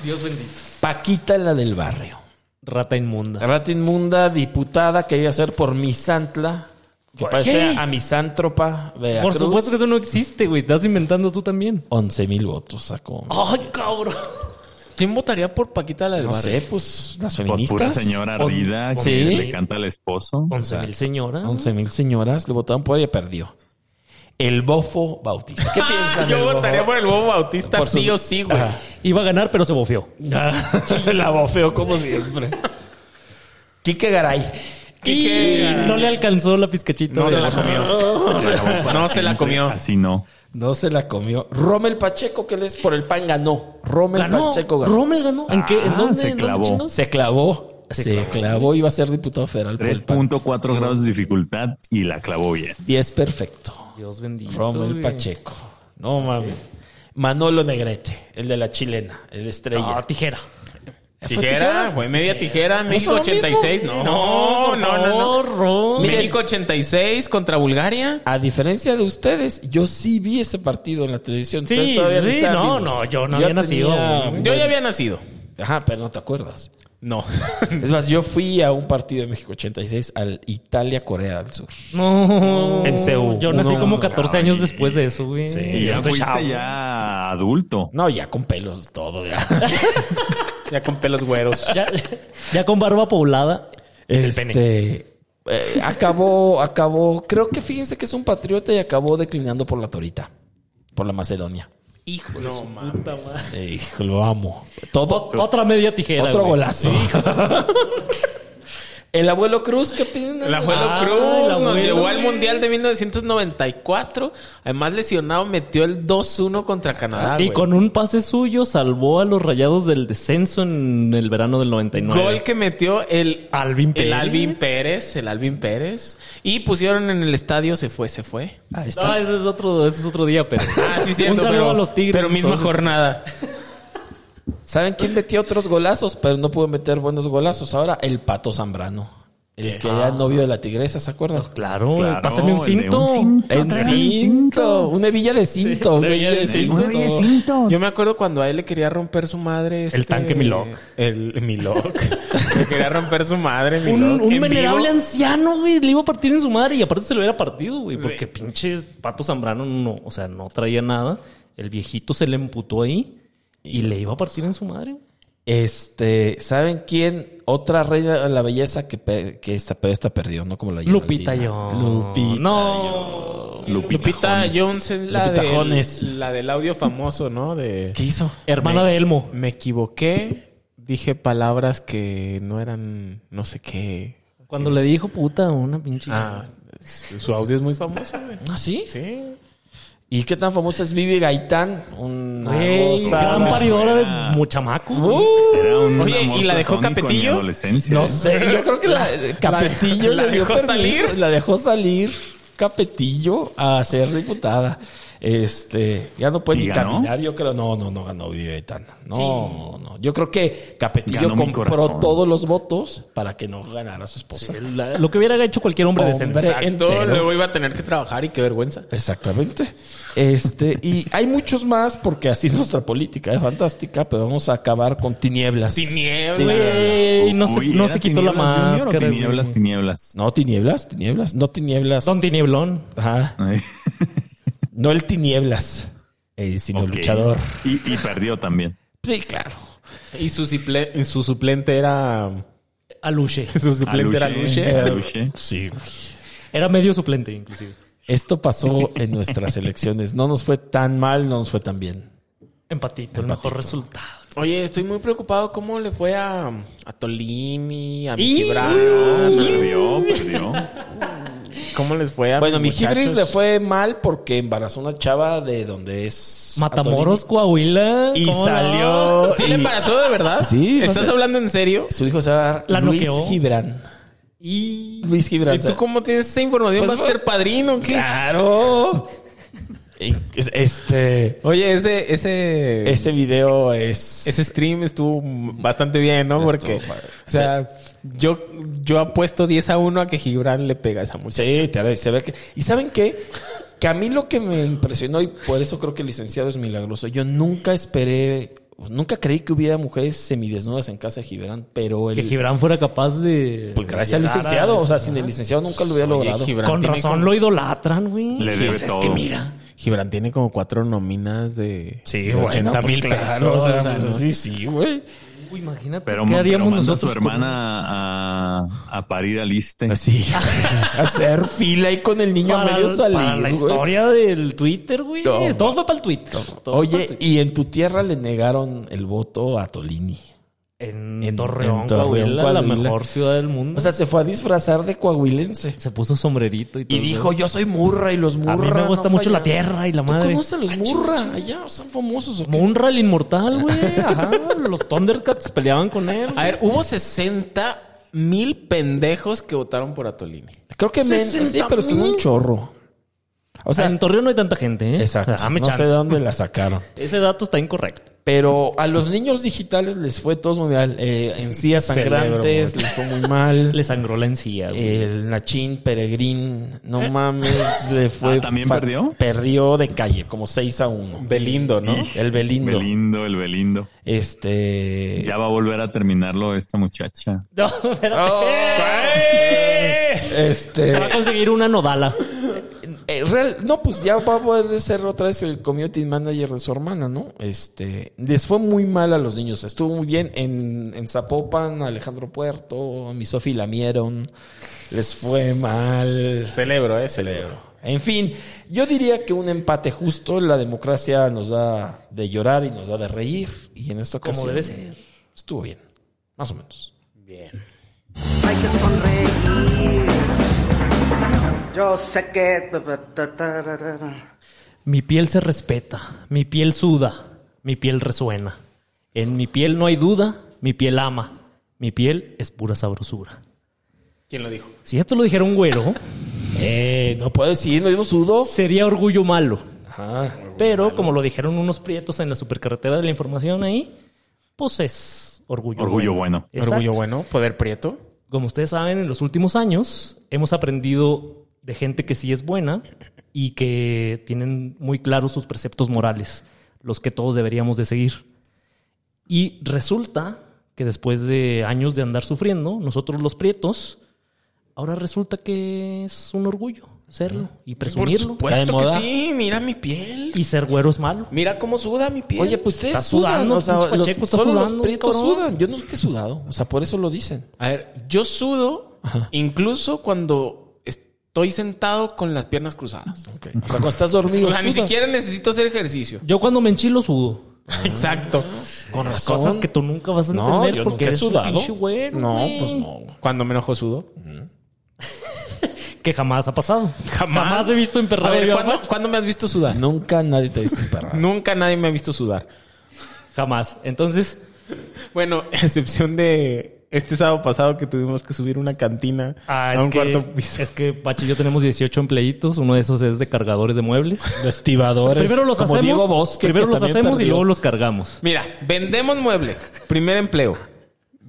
E: Dios bendito. Paquita la del barrio.
D: Rata inmunda.
E: Rata inmunda, diputada, que iba a ser por misantla. Que parece a misántropa.
D: Por supuesto que eso no existe, güey. Estás inventando tú también.
E: 11 mil votos sacó.
D: ¡Ay, cabrón!
A: ¿Quién votaría por Paquita la del
E: no
A: Barrio?
E: sé, pues las
C: Por
E: feministas.
C: pura señora
D: O-
C: ardida que
E: sí.
C: le canta al esposo.
D: Once mil señoras.
E: 11 mil señoras le votaron por ella, perdió. El bofo Bautista. ¿Qué piensan?
A: Ah, Yo
E: del
A: votaría
E: Bofo?
A: por el Bobo Bautista
E: Por
A: sí
E: sus-
A: o sí, güey.
E: Ajá.
D: Iba a ganar, pero se bofió. Ah.
E: La bofeo como siempre. Quique Garay.
D: Y no le alcanzó la pizcachita.
A: No
D: güey.
A: se la comió. No se la comió.
C: Así no.
E: No se la comió. Rommel Pacheco, que les por el pan ganó. Rommel
D: Ganó.
E: Pacheco ganó.
D: Rommel ganó. ¿En qué? ¿En
C: Ah,
D: dónde?
C: se
D: ¿En dónde
C: clavó.
D: chingados?
E: Se clavó. se clavó, iba a ser diputado federal. por el PAN.
C: 3.4 grados de dificultad y la clavó bien.
E: 10 perfecto.
D: Dios bendito.
E: Rommel
D: güey.
E: Pacheco. No mames. Manolo Negrete, el de la chilena, el estrella.
D: tijera.
A: Tijera,
E: pues,
A: güey, media tijera, México
E: son lo mismo?
A: 86. No, no,
D: por
A: no, no.
D: favor, Ron.
A: México 86 contra Bulgaria.
E: A diferencia de ustedes, yo sí vi ese partido en la televisión.
D: Sí,
E: Ustedes todavía
D: sí,
E: estaban
D: no,
E: vivos.
D: no, yo no había nacido, güey.
A: Yo ya había nacido.
E: Ajá, pero no te acuerdas.
A: No.
E: Es más, yo fui a un partido de México 86 al Italia-Corea del Sur.
D: No.
E: En Seúl.
D: Yo nací
E: No,
D: como 14 años después de eso, güey.
E: Sí.
C: Y
E: yo
C: ya
E: estoy
C: fuiste
E: chavo.
C: ya adulto.
E: No, ya con pelos todo. Ya.
A: Ya con pelos güeros.
D: Ya, ya con barba poblada.
E: Este, eh, acabó, acabó. Creo que fíjense que es un patriota y acabó declinando por la Torita, por la Macedonia.
A: Hijo de su madre.
D: Puta madre.
E: Eh, hijo, lo amo. Todo,
D: Ot- Otra media tijera.
E: otro
D: güey.
E: golazo. el abuelo Cruz, ¿qué opinan?
A: El abuelo
D: Ah,
A: Cruz
D: el abuelo,
A: nos llevó al
D: güey.
A: Mundial de 1994. Además, lesionado, metió el 2-1 contra Canadá.
D: Y
A: güey.
D: con un pase suyo salvó a los rayados del descenso en el verano del 99.
A: Gol que metió el
D: Alvin
A: El
D: Pérez.
A: Alvin Pérez, el Alvin Pérez. Y pusieron en el estadio, se fue, se fue.
E: Ahí está.
D: No, Ah, ese es otro, ese es otro día, pero.
A: Ah, sí, cierto.
D: Un saludo
A: pero,
D: a los Tigres.
A: Pero misma
D: entonces.
A: jornada.
E: ¿Saben quién metió otros golazos? Pero no pudo meter buenos golazos. Ahora el Pato Zambrano.
A: Eh,
E: El que
A: ah.
E: era novio de la tigresa, ¿se acuerdan?
D: Claro,
C: Claro,
D: pásame un
C: el de
D: cinto.
C: un cinto.
E: En
C: Tráeme el
E: cinto.
C: cinto.
E: Una hebilla de cinto. una hebilla de
C: Sí,
E: cinto.
C: güey, es cinto.
A: Yo me acuerdo cuando a él le quería romper su madre. este-
D: tanque Milok.
A: El Milok. le quería romper su madre. Milok.
D: Un, un
A: en
D: venerable
A: vivo.
D: anciano, güey, le iba a partir en su madre y aparte se lo hubiera partido, güey, porque pinches Pato Zambrano no, o sea, no traía nada. El viejito se le emputó ahí y le iba a partir en su madre. güey.
E: Este, ¿saben quién? Otra reina de la belleza que, per- que esta, pero esta perdió, no como la
D: Lupita
E: Geraldina.
D: yo.
E: Lupita.
D: No.
A: Lupita Jones es la,
E: Lupita Jones.
A: del, la del audio famoso, ¿no? De
E: ¿Qué hizo?
D: Hermana de Elmo.
A: me equivoqué, dije palabras que no eran no sé qué.
D: Cuando le dijo puta, una pinche.
A: Ah, su su audio es muy famoso, güey.
E: ¿Ah, sí?
A: Sí.
E: ¿Y qué tan famosa es Vivi Gaitán? Una
D: Güey,
E: gozada.
D: gran paridora de muchamaco. güey.
C: Era un
A: Oye,
C: amor
A: ¿y la dejó
C: platónico en mi
A: Capetillo?
C: adolescencia. ¿eh?
E: No sé, yo creo que la Capetillo
A: la
E: le dio
A: dejó
E: permiso,
A: salir.
E: La dejó salir Capetillo a ser diputada. Este, ya no puede
C: ¿Y
E: ni
C: ganó?
E: caminar, yo creo. No, no, no ganó Vivi Gaitán. No, no. Yo creo que Capetillo
C: Ganó mi
E: compró
C: corazón.
E: todos los votos para que no ganara su esposa.
D: La- Lo que hubiera hecho cualquier hombre decente.
E: Hombre.
A: Exacto,
E: entero.
A: luego iba a tener que trabajar y qué vergüenza.
E: Exactamente. Este, y hay muchos más porque así es nuestra política, es fantástica, pero vamos a acabar con tinieblas.
A: Tinieblas.
D: Güey, no se,
C: Uy,
D: no
C: ¿era
D: se quitó la
C: tinieblas, Junior, o
D: máscara.
C: Tinieblas,
D: güey.
C: tinieblas.
E: No, tinieblas, tinieblas, no tinieblas.
D: Don Tinieblón.
E: Ajá.
C: Ay,
E: No el tinieblas, eh, sino
C: ok.
E: luchador.
C: Y, y perdió también.
E: Sí, claro.
A: Y su, suple- y su suplente era.
D: Aluche.
A: Su suplente era Luche.
C: Aluche.
E: Sí.
D: Era medio suplente, inclusive.
E: Esto pasó en nuestras elecciones. No nos fue tan mal, no nos fue tan bien.
D: Empatito, el mejor resultado.
A: Oye, estoy muy preocupado cómo le fue a, a Tolini, a
D: Y-
A: Miki Brown.
C: Perdió, perdió.
A: ¿Cómo les fue a
E: Bueno, mi
A: mis muchachos?
E: Gibris le fue mal porque embarazó una chava de donde es
D: Matamoros, Coahuila.
E: Y
D: ¿cómo no?
E: salió.
A: ¿Sí le embarazó de verdad?
E: Sí, no
A: ¿Estás
E: sé.
A: hablando en serio?
E: Su hijo se va
D: La
E: a Luis
D: noqueó.
E: Gibran.
D: Y.
E: Luis Gibran.
A: ¿Y
E: o sea,
A: tú cómo tienes esa información?
E: Pues,
A: ¿Vas a ser padrino? o ¿Qué?
E: Claro. Es- Este,
A: Oye, ese, ese,
E: ese video es.
A: ese stream estuvo bastante bien, ¿no?
E: Estuvo
A: Porque,
E: padre.
A: o sea, yo, yo apuesto 10 a 1 a que Gibran le pega a esa muchacha.
E: sí, te- se ve que. ¿Y saben qué? Que a mí lo que me impresionó, y por eso creo que el licenciado es milagroso, yo nunca esperé, nunca creí que hubiera mujeres semidesnudas en casa de Gibran, pero
D: Que
E: el.
D: Gibran fuera capaz de.
E: pues gracias al
D: llegar a
E: licenciado,
D: eso.
E: o sea, sin el licenciado nunca lo hubiera
A: Oye,
E: logrado.
A: Gibran
D: Con
A: tiene
D: razón
A: como-
D: lo idolatran, güey.
C: Le debe todo.
A: Gibran tiene como cuatro nóminas de,
E: Sí,
A: de
E: bueno,
A: 80
E: pues
A: mil
E: claro,
A: pesos.
E: o sea,
A: o sea,
E: pues
A: ¿no?
E: así sí, güey.
D: Uy, imagínate.
C: Pero,
D: ¿Qué
C: pero
D: haríamos
C: manda a
D: nosotros?
C: su
D: con-
C: hermana a, a parir al Iste.
E: Así. Hacer fila ahí con el niño a
D: Para,
E: medio salir.
D: para la
E: güey.
D: historia del Twitter, güey.
E: No,
D: todo fue para el Twitter. Todo fue para el
E: Oye,
D: Twitter.
E: y en tu tierra le negaron el voto a Tolini.
D: En,
E: En-
D: Torreón,
E: en Torreón,
D: Coahuila, la
E: Coahuila.
D: mejor ciudad del mundo.
E: O sea, se fue a disfrazar de coahuilense.
D: se puso sombrerito y todo.
E: Y dijo, yo soy murra y los murra.
D: A mí me gusta
E: no
D: mucho la
E: fallan".
D: tierra y la
E: ¿Tú
D: madre. Ah,
E: conoces a los murra allá? ¿Son famosos o qué?
D: Munra el inmortal, güey. Ajá. Los Thundercats peleaban con él.
E: Ah,
A: A ver, hubo 60 mil pendejos que votaron por Atolini.
E: Creo que menos. Sí,
A: 60
E: pero estuvo
A: mil.
E: un chorro. O sea,
D: en Torreón no hay tanta gente, ¿eh?
E: exacto.
D: O sea, dame
E: no sé
D: chance.
E: de dónde la sacaron.
D: Ese dato está incorrecto.
E: Pero a los niños digitales les fue todos muy mal. Eh, encías
A: Cerebro,
E: sangrantes,
A: güey.
E: les fue muy mal.
D: Le sangró la encía,
A: Eh,
D: güey.
E: El Nachín Peregrín, no
D: ¿Eh?
E: mames, le fue.
C: Ah, ¿también
E: fa-
C: perdió?
E: Perdió de calle, como 6 a 1.
A: Belindo, ¿no?
C: Y-
E: El Belindo.
C: Belindo, el Belindo.
E: Este.
C: Ya va a volver a terminarlo esta muchacha.
D: No, espérate.
E: Este.
D: Se va a conseguir una nodala.
E: eh, real- no, pues ya va a poder ser otra vez el community manager de su hermana, ¿no? Este. Les fue muy mal a los niños. Estuvo muy bien en, en Zapopan, Alejandro Puerto, a mi Sofi lamieron. Les fue mal.
A: Celebro, eh, celebro.
E: En fin, yo diría que un empate justo, la democracia nos da de llorar y nos da de reír. Y en esta ocasión...
D: Como debe ser.
E: Estuvo bien, más o menos.
A: Bien.
F: Hay que sonreír. Yo sé que.
D: Mi piel se respeta, mi piel suda, mi piel resuena. En mi piel no hay duda, mi piel ama. Mi piel es pura sabrosura.
A: ¿Quién lo dijo?
D: Si esto lo dijera un güero,
E: Eh, no puedo decir, no dimos sudo.
D: sería orgullo malo.
E: Ajá.
D: Pero como lo dijeron unos prietos en la supercarretera de la información ahí, pues es orgullo
C: Orgullo bueno.
D: Exacto.
A: Orgullo bueno, poder prieto.
D: Como ustedes saben, en los últimos años hemos aprendido de gente que sí es buena y que tienen muy claros sus preceptos morales, los que todos deberíamos de seguir. Y resulta que después de años de andar sufriendo, nosotros los prietos, ahora resulta que es un orgullo serlo y presumirlo.
E: Está Pues de moda.
A: sí, mira mi piel.
D: Y ser güero es malo.
A: Mira cómo suda mi piel.
E: Oye, pues ustedes
D: Está
E: sudan,
D: sudando,
E: o sea,
D: pinche
E: los-
D: Pacheco, está
E: solo los
D: sudando,
E: prietos
D: cabrón.
E: sudan. Yo no que he sudado, o sea, por eso lo dicen.
A: A ver, yo sudo incluso cuando estoy sentado con las piernas cruzadas.
E: O sea, cuando estás dormido
A: O sea, ni
E: sudas.
A: siquiera necesito hacer ejercicio.
D: Yo cuando me enchilo sudo.
A: Ah. Exacto.
E: Con razón.
D: Cosas que tú nunca vas a
E: No,
D: entender
E: yo nunca
D: porque
E: he
D: eres un
E: sudado.
D: pinche güero.
A: No,
D: güey.
A: pues no. Cuando me enojo sudo.
D: Que jamás ha pasado.
A: Jamás.
D: he visto
A: A
D: emperrado.
A: ver,
D: yo a
A: ¿cuándo,
D: Pacho.
A: cuándo me has visto sudar?
E: Nunca nadie te ha visto emperrado.
A: Nunca nadie me ha visto sudar.
D: Jamás. Entonces,
A: Bueno, a excepción de este sábado pasado que tuvimos que subir una cantina
D: ah,
A: a
D: es,
A: un
D: que,
A: cuarto piso.
D: es que Pachi y yo tenemos 18 empleitos. Uno de esos es de cargadores de muebles.
E: Estibadores.
D: Primero los
E: como Diego
D: hacemos,
E: Bosque,
D: primero
E: que
D: los
E: también
D: hacemos y
E: perdió.
D: luego los cargamos.
A: Mira, vendemos mueble. Primer empleo.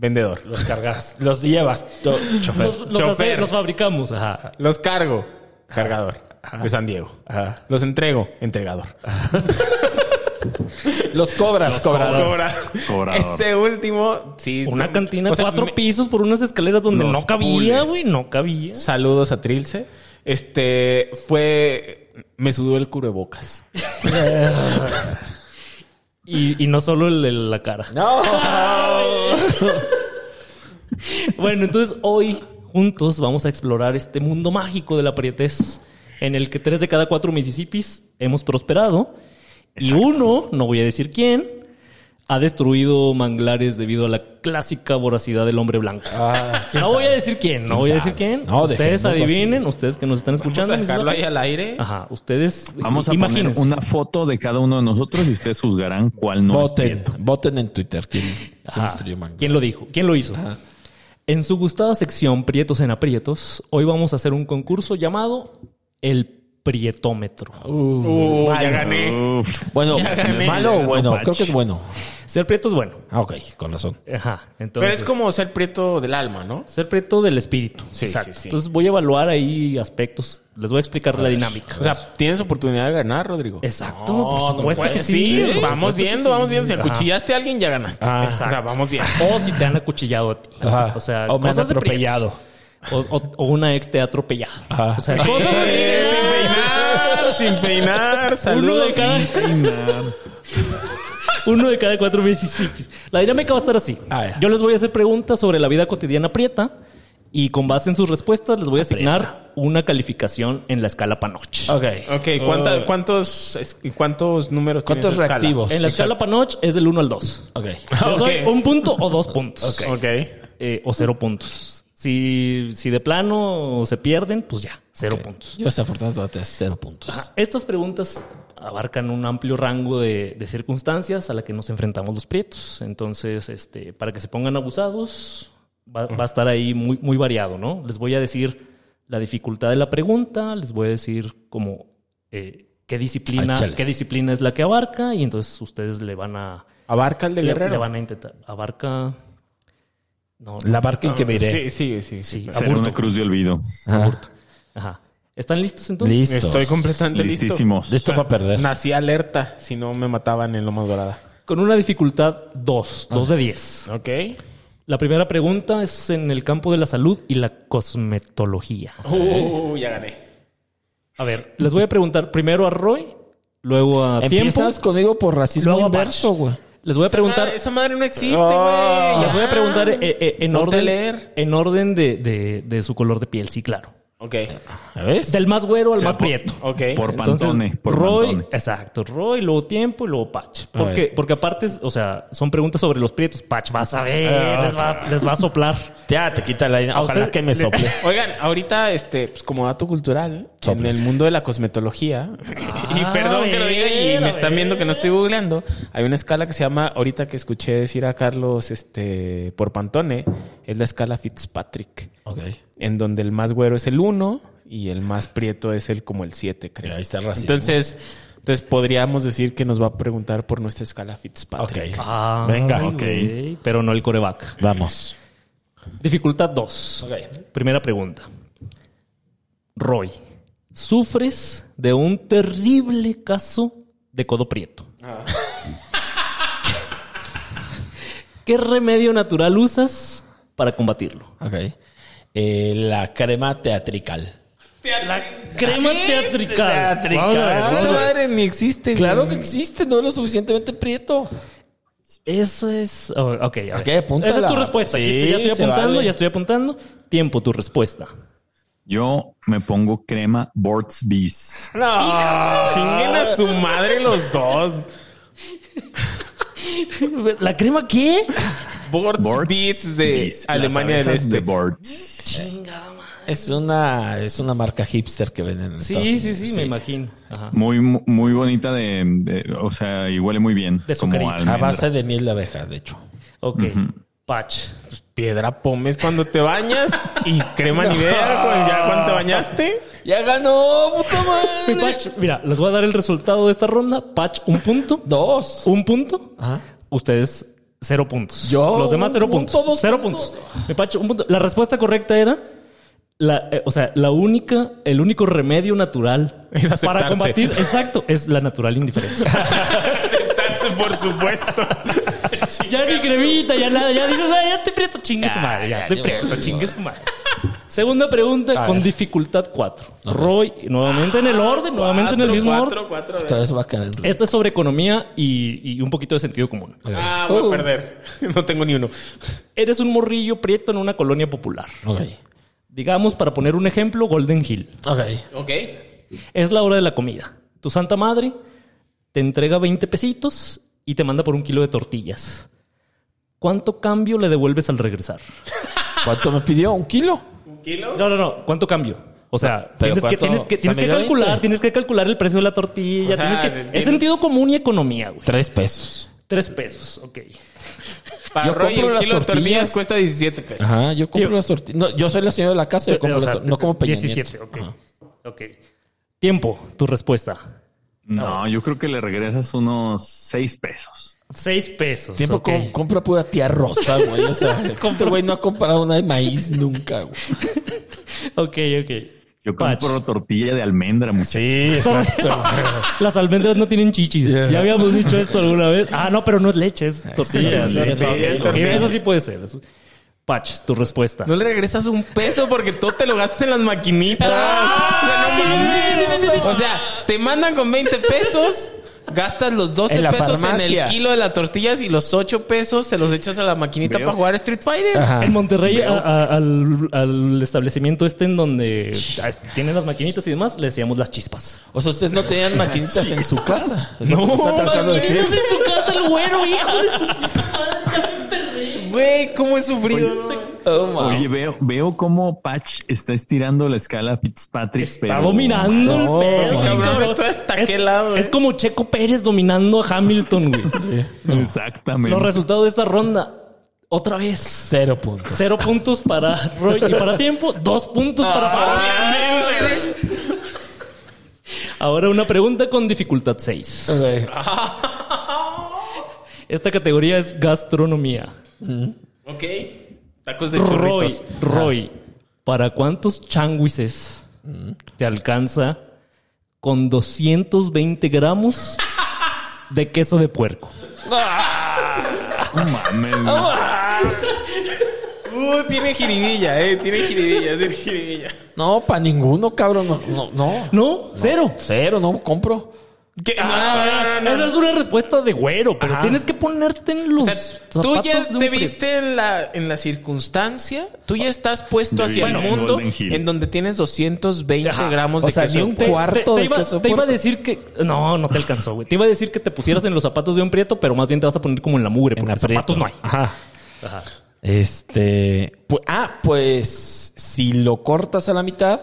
A: Vendedor.
E: Los cargas, los llevas. to- chofer.
D: Los, los
A: Chofer.
D: hace- los fabricamos. Ajá.
A: Los cargo. Cargador. De San Diego. Los entrego. Entregador.
E: Los cobras, cobradores.
A: Cobra.
C: Cobrador.
A: Ese Este último, sí.
D: Una
A: tú-
D: cantina,
A: o sea,
D: cuatro
A: me-
D: pisos por unas escaleras donde
A: Los
D: no cabía,
A: pules.
D: güey. No cabía.
A: Saludos a Trilce. Este fue. Me sudó el cubrebocas.
D: Y, y no solo el de la cara. Bueno, entonces hoy juntos vamos a explorar este mundo mágico de la prietez en el que tres de cada cuatro Mississippis hemos prosperado y uno, no voy a decir quién, ha destruido manglares debido a la clásica voracidad del hombre blanco.
E: Ah,
D: no voy a decir quién, no voy a decir
E: sabe?
D: quién.
E: No,
D: ustedes
E: dejémoslo
D: adivinen, ustedes que nos están
A: Vamos
D: escuchando.
A: a dejarlo ahí
D: Mississippis.
A: al aire.
D: Ajá, ustedes
C: Vamos a
D: imagínense.
C: poner una foto de cada uno de nosotros y ustedes juzgarán cuál no es
E: voten,
C: prieto.
E: voten en Twitter. ¿Quién, quién
D: Ajá.
E: destruyó Mango?
D: ¿Quién lo dijo? ¿Quién lo hizo? En su gustada sección Prietos en Aprietos, hoy vamos a hacer un concurso llamado El Prietómetro.
A: Uh, ya gané.
C: Uf,
E: Bueno,
A: gané.
E: malo o bueno,
C: Patch.
E: creo que es bueno.
D: Ser prieto es bueno.
E: Ah, ok, con razón.
D: Ajá. Entonces,
A: Pero es como ser prieto del alma, ¿no?
D: Ser prieto del espíritu.
A: Sí,
D: Exacto.
A: sí, sí.
D: Entonces voy a evaluar ahí aspectos. Les voy a explicar la dinámica.
A: O sea, tienes oportunidad de ganar, Rodrigo.
D: Exacto.
A: No,
D: por
A: no
D: supuesto
A: puede-
D: que sí. por
A: vamos
D: supuesto que
A: viendo, vamos
D: sí.
A: viendo. Si
D: Ajá.
A: acuchillaste a alguien, ya ganaste. O sea,
D: Exacto.
A: vamos bien.
D: O si te han acuchillado a ti.
E: Ajá.
D: O sea,
E: O me han
D: cosas de
E: atropellado.
D: prietos. O, o- o una ex te ha atropellado.
E: Ajá.
D: O sea,
A: Eh,
D: cosas así.
A: sin peinar, sin peinar.
D: Uno de
A: Saludos.
D: cada... Uno de cada cuatro Mississippis. La dinámica va a estar así.
E: A ver.
D: Yo les voy a hacer preguntas sobre la vida cotidiana prieta y con base en sus respuestas les voy a asignar una calificación en la escala Panoch.
E: Ok.
A: Ok, ¿cuánta- ¿cuántos, es- oh. cuántos números tiene
E: ¿Cuántos
A: esa escala?
E: reactivos?
D: En la escala Panoch es del 1 al 2.
E: Ok.
D: Les doy
A: Ok.
D: un punto o dos puntos.
A: Ok.
D: Eh, o cero puntos. Si, si de plano se pierden, pues ya, cero puntos.
E: Yo desafortunadamente cero puntos.
D: Estas preguntas abarcan un amplio rango de, de circunstancias a la que nos enfrentamos los prietos. Entonces, este, para que se pongan abusados, va, va a estar ahí muy, muy variado, ¿no? Les voy a decir la dificultad de la pregunta, les voy a decir como eh, qué disciplina,
E: Áchale.
D: qué disciplina es la que abarca, y entonces ustedes le van a
A: ¿Abarca el de
D: le,
A: Guerrero?
D: le van a intentar. Abarca. No, no.
E: La barca en que me iré.
A: Ah, Sí, sí, sí. sí.
D: Sí.
C: Será una cruz de olvido.
D: Ajá. ¿Están listos entonces?
E: Listo.
A: Estoy completamente
C: Listísimos.
E: Listo para
A: listo.
E: perder.
A: Nací alerta si no me mataban en Loma Dorada.
D: Con una dificultad 2, 2 de 10.
A: Ok.
D: La primera pregunta es en el campo de la salud y la cosmetología.
A: Uh, ya gané.
D: A ver, les voy a preguntar primero a Roy, luego a
E: Empiezas
D: Tiempo,
E: conmigo por racismo
D: luego a
E: inverso,
D: Patch.
E: güey.
D: Les voy a preguntar,
A: Ah,
D: Ah.
A: esa madre no existe, güey.
E: Oh.
D: les voy a preguntar eh, eh, en
A: Ponte a
D: orden,
A: leer.
D: en orden de, de- de su color de piel, sí, claro.
A: Ok.
E: ¿Ya ¿Ves?
D: Del más güero al
C: sea,
D: más
C: por-
D: prieto.
A: Ok.
C: Por
D: Entonces,
C: Pantone. Por
D: Roy,
C: Pantone.
D: exacto, Roy, luego tiempo y luego Patch. Porque,
E: ver.
D: porque aparte, es- o sea, son preguntas sobre los prietos. Patch, vas a ver, les, va, les va a soplar.
E: Ah, Ya, te quita la... Ojalá
D: usted
E: que
D: le-
E: me sople.
A: Oigan, ahorita, este, pues como dato cultural,
E: Soples.
A: en el mundo de la cosmetología, y perdón que lo diga,
D: Ah, a
A: y
D: ver,
A: me
D: a
A: están viendo que no estoy googleando, hay una escala que se llama, ahorita que escuché decir a Carlos, este, por Pantone, es la escala Fitzpatrick,
E: Ok.
A: en donde el más güero es el 1 y el más prieto es el como el 7, creo.
E: Ahí está el racismo.
A: Entonces, entonces podríamos decir que nos va a preguntar por nuestra escala
E: Ok.
A: Fitzpatrick.
D: Ah,
E: Venga.
D: ok. Pero no el coreback.
E: Vamos.
D: Dificultad 2. Primera pregunta. Roy, sufres de un terrible caso de codo prieto.
E: Ah.
D: ¿Qué remedio natural usas para combatirlo?
E: Ok. Eh, la crema teatrical.
D: La crema teatrical. Vamos a ver, vamos a ver.
E: ni existe. Claro que existe, no es lo suficientemente prieto.
D: Eso es. oh, ok, a ver.
E: Ok, apúntala.
D: Esa es tu respuesta. Aquí
E: Sí,
D: estoy- ya
E: se
D: estoy apuntando,
E: vale.
D: ya estoy apuntando. Tiempo, tu respuesta.
C: Yo me pongo crema Burt's Bees.
A: No,
E: Ah.
A: chinguen a su madre los dos.
D: ¿La crema qué?
A: Bords
C: Burt's
A: Beats de
C: Bees, las
A: Alemania del
C: abejas
A: Este.
C: De Burt's.
E: Es una, es una marca hipster que venden. en Estados
D: Sí,
E: Unidos.
D: sí, sí, me imagino. Ajá.
C: Muy, muy bonita de, de- O sea, y huele muy bien.
D: De
C: como
D: azucarita.
C: almendra.
E: A base de miel de abeja, de hecho.
D: Ok. Patch.
A: Piedra pomes cuando te bañas y crema nivea cuando ya cuando te bañaste.
E: ¡Ya ganó, puta madre!
D: Patch, mira, les voy a dar el resultado de esta ronda. Patch, un punto.
E: Dos.
D: Un punto.
E: Ajá.
D: Ustedes, cero puntos.
E: Yo,
D: Los demás,
E: un
D: cero
E: punto,
D: puntos.
E: dos
D: Cero
E: puntos.
D: puntos. Mi Patch, un punto. La respuesta correcta era. La, eh, o sea, la única, el único remedio natural
A: Es aceptarse. Ah,
D: para combatir, exacto, es la natural indiferencia.
A: Sentarse, por supuesto.
D: ya ni cremita, ya nada, ya dices, "Ay, ya te prieto, chingue
A: Ah,
D: su madre, ya,
E: ya,
D: te
E: ya,
D: prieto,
E: ya.
D: chingue su madre. Segunda pregunta con dificultad 4. Roy, nuevamente en el orden, nuevamente en el mismo orden.
A: Ah, Cuatro, cuatro.
E: Otra vez va a caer.
D: Esta es sobre economía y, y un poquito de sentido común.
A: Ah, voy
E: Uh.
A: a perder. No tengo ni uno.
D: Eres un morrillo prieto en una colonia popular.
E: Ok.
D: Digamos, para poner un ejemplo, Golden Hill.
E: Ok.
A: Ok.
D: Es la hora de la comida. Tu santa madre te entrega 20 pesitos y te manda por un kilo de tortillas. ¿Cuánto cambio le devuelves al regresar?
E: ¿Cuánto me pidió? ¿Un kilo?
A: ¿Un kilo?
D: No, no, no. ¿Cuánto cambio? O sea, tienes
E: Pero
D: que,
E: ¿cuánto?
D: tienes que,
E: O sea,
D: tienes que
E: me dio
D: calcular,
E: 20.
D: tienes que calcular el precio de la tortilla.
A: O sea,
D: tienes que-
A: entiendo.
D: es sentido común y economía, güey.
E: Tres pesos.
D: Tres pesos, ok.
A: Para
E: Yo
A: Roy,
E: compro
A: el
E: las
A: kilo de tortillas
E: tortillas.
A: cuesta 17 pesos.
E: Ajá, yo compro
D: Tío.
E: las tortillas. No, yo soy la señora de la casa, yo compro
D: O sea,
E: las No como Peña
D: 17,
E: Nieto.
D: ok. Pues Ok. Tiempo, tu respuesta.
C: No, yo creo que le regresas unos seis pesos.
D: Seis pesos.
E: Tiempo
D: ok.
E: com- compra pura tía rosa, güey. O sea, este güey no ha comprado una de maíz nunca, güey.
D: Ok, ok.
C: Yo
D: Patch.
C: compro tortilla de almendra, muchachos.
E: Sí, exacto.
D: Las almendras no tienen chichis. Ya habíamos dicho esto alguna vez. Ah, no, pero no es leche, es tortilla.
E: tortilla,
D: Sí,
E: tortilla,
D: ok,
A: tortilla.
D: Eso sí puede ser. Patch, tu respuesta.
A: No le regresas un peso porque todo te lo gastas en las maquinitas. O sea, no mames. O sea, te mandan con 20 pesos Gastas los 12
G: En la
A: pesos en
G: farmacia.
A: el kilo de las tortillas y los 8 pesos se los echas a la maquinita
C: Veo.
A: para jugar Street Fighter.
E: ah,
G: Ajá.
D: En Monterrey, a- a- al, al establecimiento este en donde a- tienen las maquinitas y demás, le decíamos las chispas.
E: O sea, ustedes no tenían maquinitas en su casa. Es lo que
A: No,
E: está tratando de decir.
D: en su casa el güero, hijo de su
A: Güey, cómo he sufrido.
E: Oh, ma.
C: Oye, veo, veo cómo Patch está estirando la escala a Fitzpatrick.
D: Está
C: pero-
D: dominando
G: No,
D: el pedo.
G: no,
A: cabrón,
D: cabrón.
A: todo está
D: es,
A: aquelado, eh.
D: es como Checo Pérez dominando a Hamilton, güey.
C: Exactamente.
D: Los resultados de esta ronda, otra vez.
G: Cero puntos.
D: Cero puntos para Roy y para tiempo, dos puntos
A: Ah,
D: para Fabián. Ahora una pregunta con dificultad 6.
E: Ok.
D: Esta categoría es gastronomía.
A: Mm. Ok. Tacos de
D: Roy,
A: churritos.
D: Roy, ¿para cuántos changuises te alcanza con 220 gramos de queso de puerco?
C: No mames, güey.
A: Uh, tiene jiribilla, eh. Tiene jiribilla, tiene jiribilla.
E: No, para ninguno, cabrón. No, no, no.
D: No, cero.
E: Cero, no compro.
A: ¿Qué? No, no, no, no, no.
D: Esa es una respuesta de güero, pero tienes que ponerte en los.
A: O sea, Pues, tú
D: zapatos
A: ya
D: de un
A: te
D: pri-
A: viste en la, en la circunstancia, tú ya estás puesto hacia
C: Bueno,
A: el mundo
C: Golden Hill.
A: en donde tienes 220
D: Ajá.
A: gramos
G: O
A: de
G: sea,
A: queso
G: ni
A: de
G: un
D: Te-
A: puerco.
G: cuarto
D: te- te
G: de
D: iba-
G: queso de
D: Te iba a
G: puerco.
D: decir que. No, no te alcanzó, güey. Te iba a decir que te pusieras en los zapatos de un prieto, pero más bien te vas a poner como en la mugre, porque zapatos no hay.
E: Ajá. Este. pu- ah, pues si lo cortas a la mitad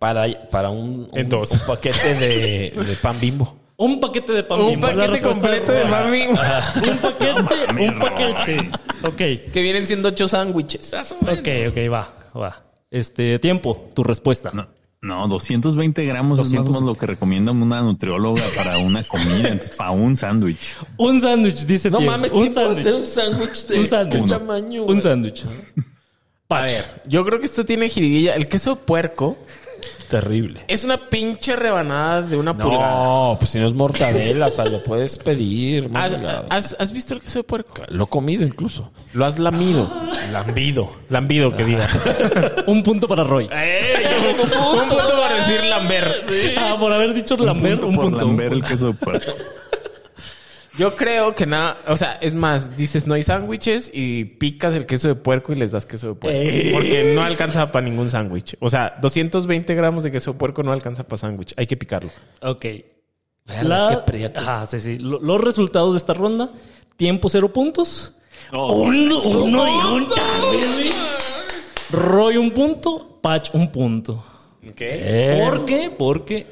E: para, para un, un-
A: En dos.
E: un paquete de, de pan bimbo.
D: Un paquete de pan
A: Un
D: Bimbo, la
A: paquete
D: respuesta
A: completo de
D: Roy.
A: mami
D: Un paquete, un paquete. Ok,
A: que vienen siendo ocho sándwiches.
D: ok, ok, va, va. Este, tiempo, tu respuesta.
C: No, 220 gramos es más o menos lo que recomienda una nutrióloga para una comida, entonces, para un sándwich.
D: Un sándwich, dice
E: No
D: Diego.
E: mames,
D: un
E: tiempo de hacer un
D: sándwich.
E: sándwich de
D: Un sándwich.
E: qué tamaño.
D: Un
E: güey?
D: sándwich.
A: A ver, yo creo que esto tiene jiribilla. El queso de puerco
E: Terrible.
A: es una pinche rebanada de una pulgada. Ah,
E: No, pues si no es mortadela, o sea, lo puedes pedir. más
A: ¿Has,
E: delgado.
A: has- has visto el queso de puerco?
E: Lo he comido incluso.
A: Lo has lamido. Lambido. Lambido, que diga.
D: Un punto para Roy.
A: Un punto para decir lamber.
D: Ah, por haber dicho Lambert, un
C: por
D: punto. un
C: lamber el
D: punto.
C: queso de puerco.
A: Yo creo que nada, o sea, es más, dices no hay sándwiches y picas el queso de puerco y les das queso de puerco. Porque no alcanza para ningún sándwich. O sea, 220 gramos de queso de puerco no alcanza para sándwich. Hay que picarlo.
D: Ok.
E: Verga, qué prieto.
D: Ajá, sí, sí. Lo- los resultados de esta ronda: tiempo cero puntos. Un- uno y un chale, güey. Roy un punto, Patch un punto.
E: Eh.
D: ¿Por qué? Porque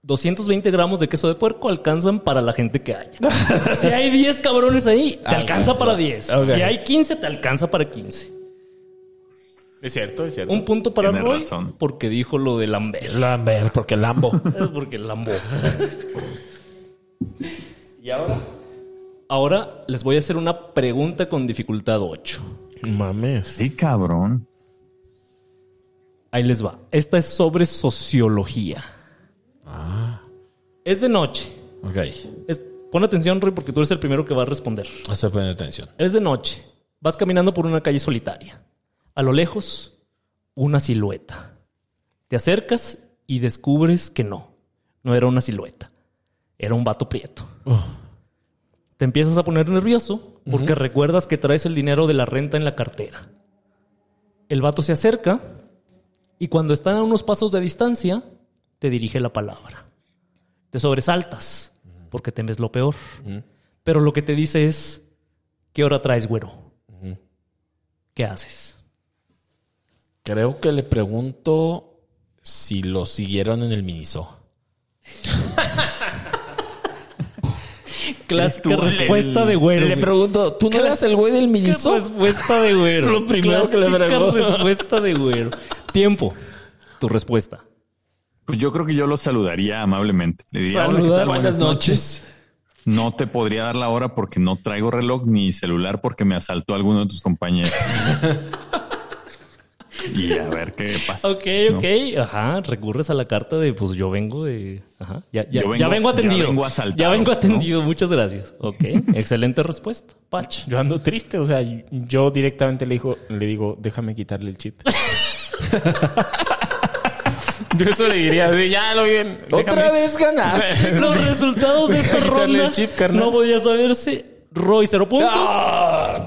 D: 220 gramos de queso de puerco alcanzan para la gente que haya. si hay 10 cabrones ahí,
E: Ah,
D: te alcanza para 10. Si hay 15, te alcanza para 15.
A: Es cierto, es cierto.
D: Un punto para
C: Tienes
D: Roy
C: razón.
D: porque dijo lo de Lambert.
E: Lambert, porque Lambo.
D: Es porque Lambo. ¿Y ahora? Ahora les voy a hacer una pregunta con dificultad 8.
A: Mames.
C: Sí, cabrón.
D: Ahí les va. Esta es sobre sociología. Ah. Es de noche.
E: ok.
D: Es- pon atención, Roy, porque tú eres el primero que va a responder.
E: Estoy poniendo atención.
D: Es de noche. Vas caminando por una calle solitaria. A lo lejos, una silueta. Te acercas y descubres que no. No era una silueta. Era un vato prieto. Te empiezas a poner nervioso porque recuerdas que traes el dinero de la renta en la cartera. El vato se acerca y cuando están a unos pasos de distancia, te dirige la palabra. Te sobresaltas porque temes lo peor. Pero lo que te dice es, ¿Qué hora traes, güero? ¿Qué haces?
E: Creo que le pregunto si lo siguieron en el Miniso.
D: Clásica respuesta de güero.
E: Le
D: güey.
E: pregunto, ¿tú no eras el güey del Miniso?
D: Clásica respuesta de güero.
E: Lo primero que le
D: Clásica
E: pregunto.
D: respuesta de güero. Tiempo. Tu respuesta.
C: Pues yo creo que yo lo saludaría amablemente. Le diría, "Hola, ¿qué
D: Saludar.
C: tal?
E: Buenas noches.
C: No te podría dar la hora porque no traigo reloj ni celular porque me asaltó alguno de tus compañeros. y a ver qué pasa.
D: Ok,
C: ¿no?
D: ok. Ajá. Recurres a la carta de, pues yo vengo de... Ajá. Ya, ya-
C: Yo vengo-
D: ya vengo atendido.
C: ya vengo asaltado,
D: Ya vengo
C: ¿no?
D: atendido. Muchas gracias. Ok. Excelente respuesta. Pach.
A: Yo ando triste, o sea, yo directamente le digo, le digo, déjame quitarle el chip. Yo eso le diría, sí, ya lo bien.
E: Otra
A: déjame
E: vez ganaste.
D: Los resultados de esta
A: Quitarle
D: ronda
A: el chip, carnal.
D: no podía saberse. Roy, cero puntos.
E: Ah,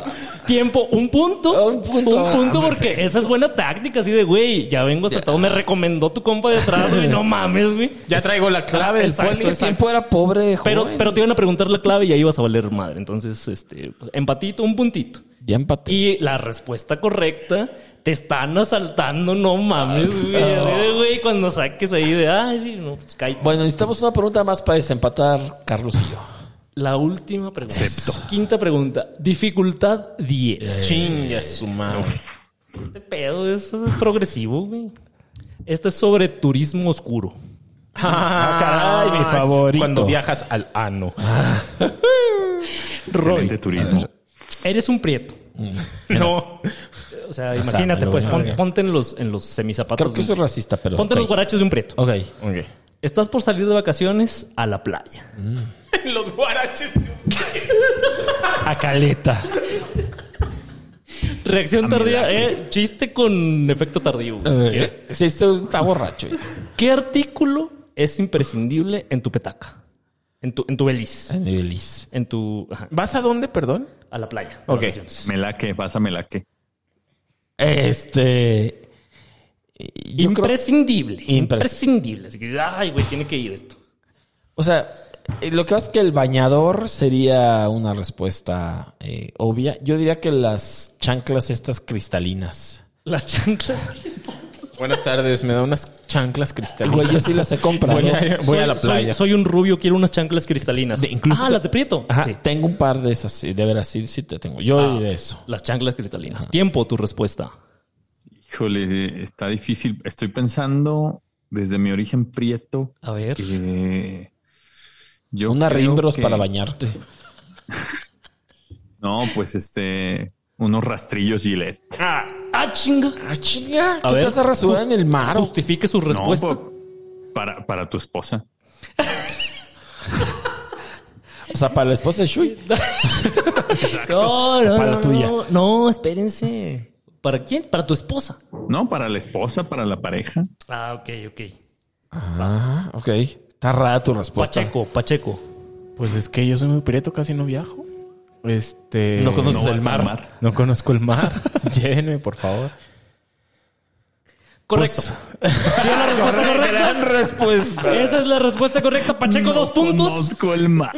D: Tiempo, un punto.
E: Un punto.
D: Un punto porque esa es buena táctica, así de, güey, ya vengo acertado. Me recomendó tu compa de atrás, güey. No mames, güey. Ah,
A: Ya traigo la clave del
D: Exacto,
A: puesto.
E: el tiempo era pobre, joven.
D: Pero, pero te iban a preguntar la clave y ahí ibas a valer madre. Entonces, este, empatito, un puntito.
E: ya empaté.
D: Y la respuesta correcta, te están asaltando, no mames,
E: Ah,
D: güey. Así de, güey, cuando saques ahí de, ay, sí, no, pues cae.
E: Bueno, necesitamos una pregunta más para desempatar Carlos y yo.
D: La última pregunta. Quinta pregunta. Dificultad
E: Eh.
D: 10.
A: Chinga su madre.
D: Este pedo es eh, progresivo, güey. Este es sobre turismo oscuro.
A: Ah,
D: caray, mi
A: es
D: favorito.
A: Cuando viajas al ano.
D: Roy,
C: Excelente turismo.
D: eres un prieto.
E: Mm.
A: No.
D: O sea,
E: Pásame,
D: imagínate,
E: güey,
D: pues, pon-
E: verga.
D: ponte en los, en los semizapatos.
E: Creo que
D: de
E: eso
D: un
E: es racista,
D: prieto.
E: pero.
D: Ponte en los
E: ok.
D: guaraches de un prieto.
E: Ok.
A: Ok.
D: Estás por salir de vacaciones a la playa.
A: Los guaraches.
E: A caleta.
D: Reacción tardía, eh, chiste con efecto tardío. güey.
E: Sí, este está borracho. güey.
D: ¿Qué artículo es imprescindible en tu petaca? En tu, en tu beliz.
E: Ay, mi Belis.
D: En tu. ajá,
A: ¿Vas a dónde, perdón?
D: a la playa.
A: Ok.
D: Vacaciones.
C: Me la que, pásame la que.
E: Este. yo creo-
D: Imprescindible.
E: Impres-
D: Imprescindible. Así que, ay, güey, tiene que ir esto.
E: o sea, eh, lo que pasa es que el bañador sería una respuesta eh, obvia. Yo diría que las chanclas estas cristalinas.
D: Las chanclas.
A: Buenas tardes, me da unas chanclas cristalinas.
E: Güey, yo sí las he comprado.
A: Voy a-
E: Soy-
A: la
D: Soy-
A: playa.
D: Soy, un rubio, quiero unas chanclas cristalinas.
E: De- incluso
D: ah,
E: te-
D: las de Prieto.
E: Ajá,
D: Sí.
E: tengo un par de esas, sí, de veras, sí, sí te tengo. Yo
A: Ah,
E: diré eso.
D: Las chanclas cristalinas. Tiempo, tu respuesta.
C: Híjole, está difícil. Estoy pensando desde mi origen prieto
D: A ver.
C: que yo
E: Una
C: creo
E: rimbros
C: que-
E: para bañarte.
C: No, pues este, unos rastrillos Gillette.
D: Ah, ah, chinga.
E: Ah, chinga,
D: A
E: ¿qué
D: ver.
E: te vas a rasurar en el mar? pues,
D: Justifique su
C: No,
D: respuesta.
C: por- para, para tu esposa.
E: O sea, para la esposa de Shui.
D: No, no,
E: Para la
D: no,
E: tuya.
D: No, no, espérense. ¿Para quién? Para tu esposa.
C: No, para la esposa, para la pareja.
D: Ah, ok, ok.
E: Ah, ok. Está rara tu respuesta.
D: Pacheco, Pacheco.
A: Pues es que yo soy muy prieto, casi no viajo. Este.
E: No conoces
C: no
E: el
C: vas al
E: mar.
C: mar.
A: No conozco el mar. Llévenme, por favor.
D: Correcto. Dio la respuesta correcta.
E: respuesta. pues,
D: Esa es la respuesta correcta. Pacheco, dos puntos.
C: Conozco el mar.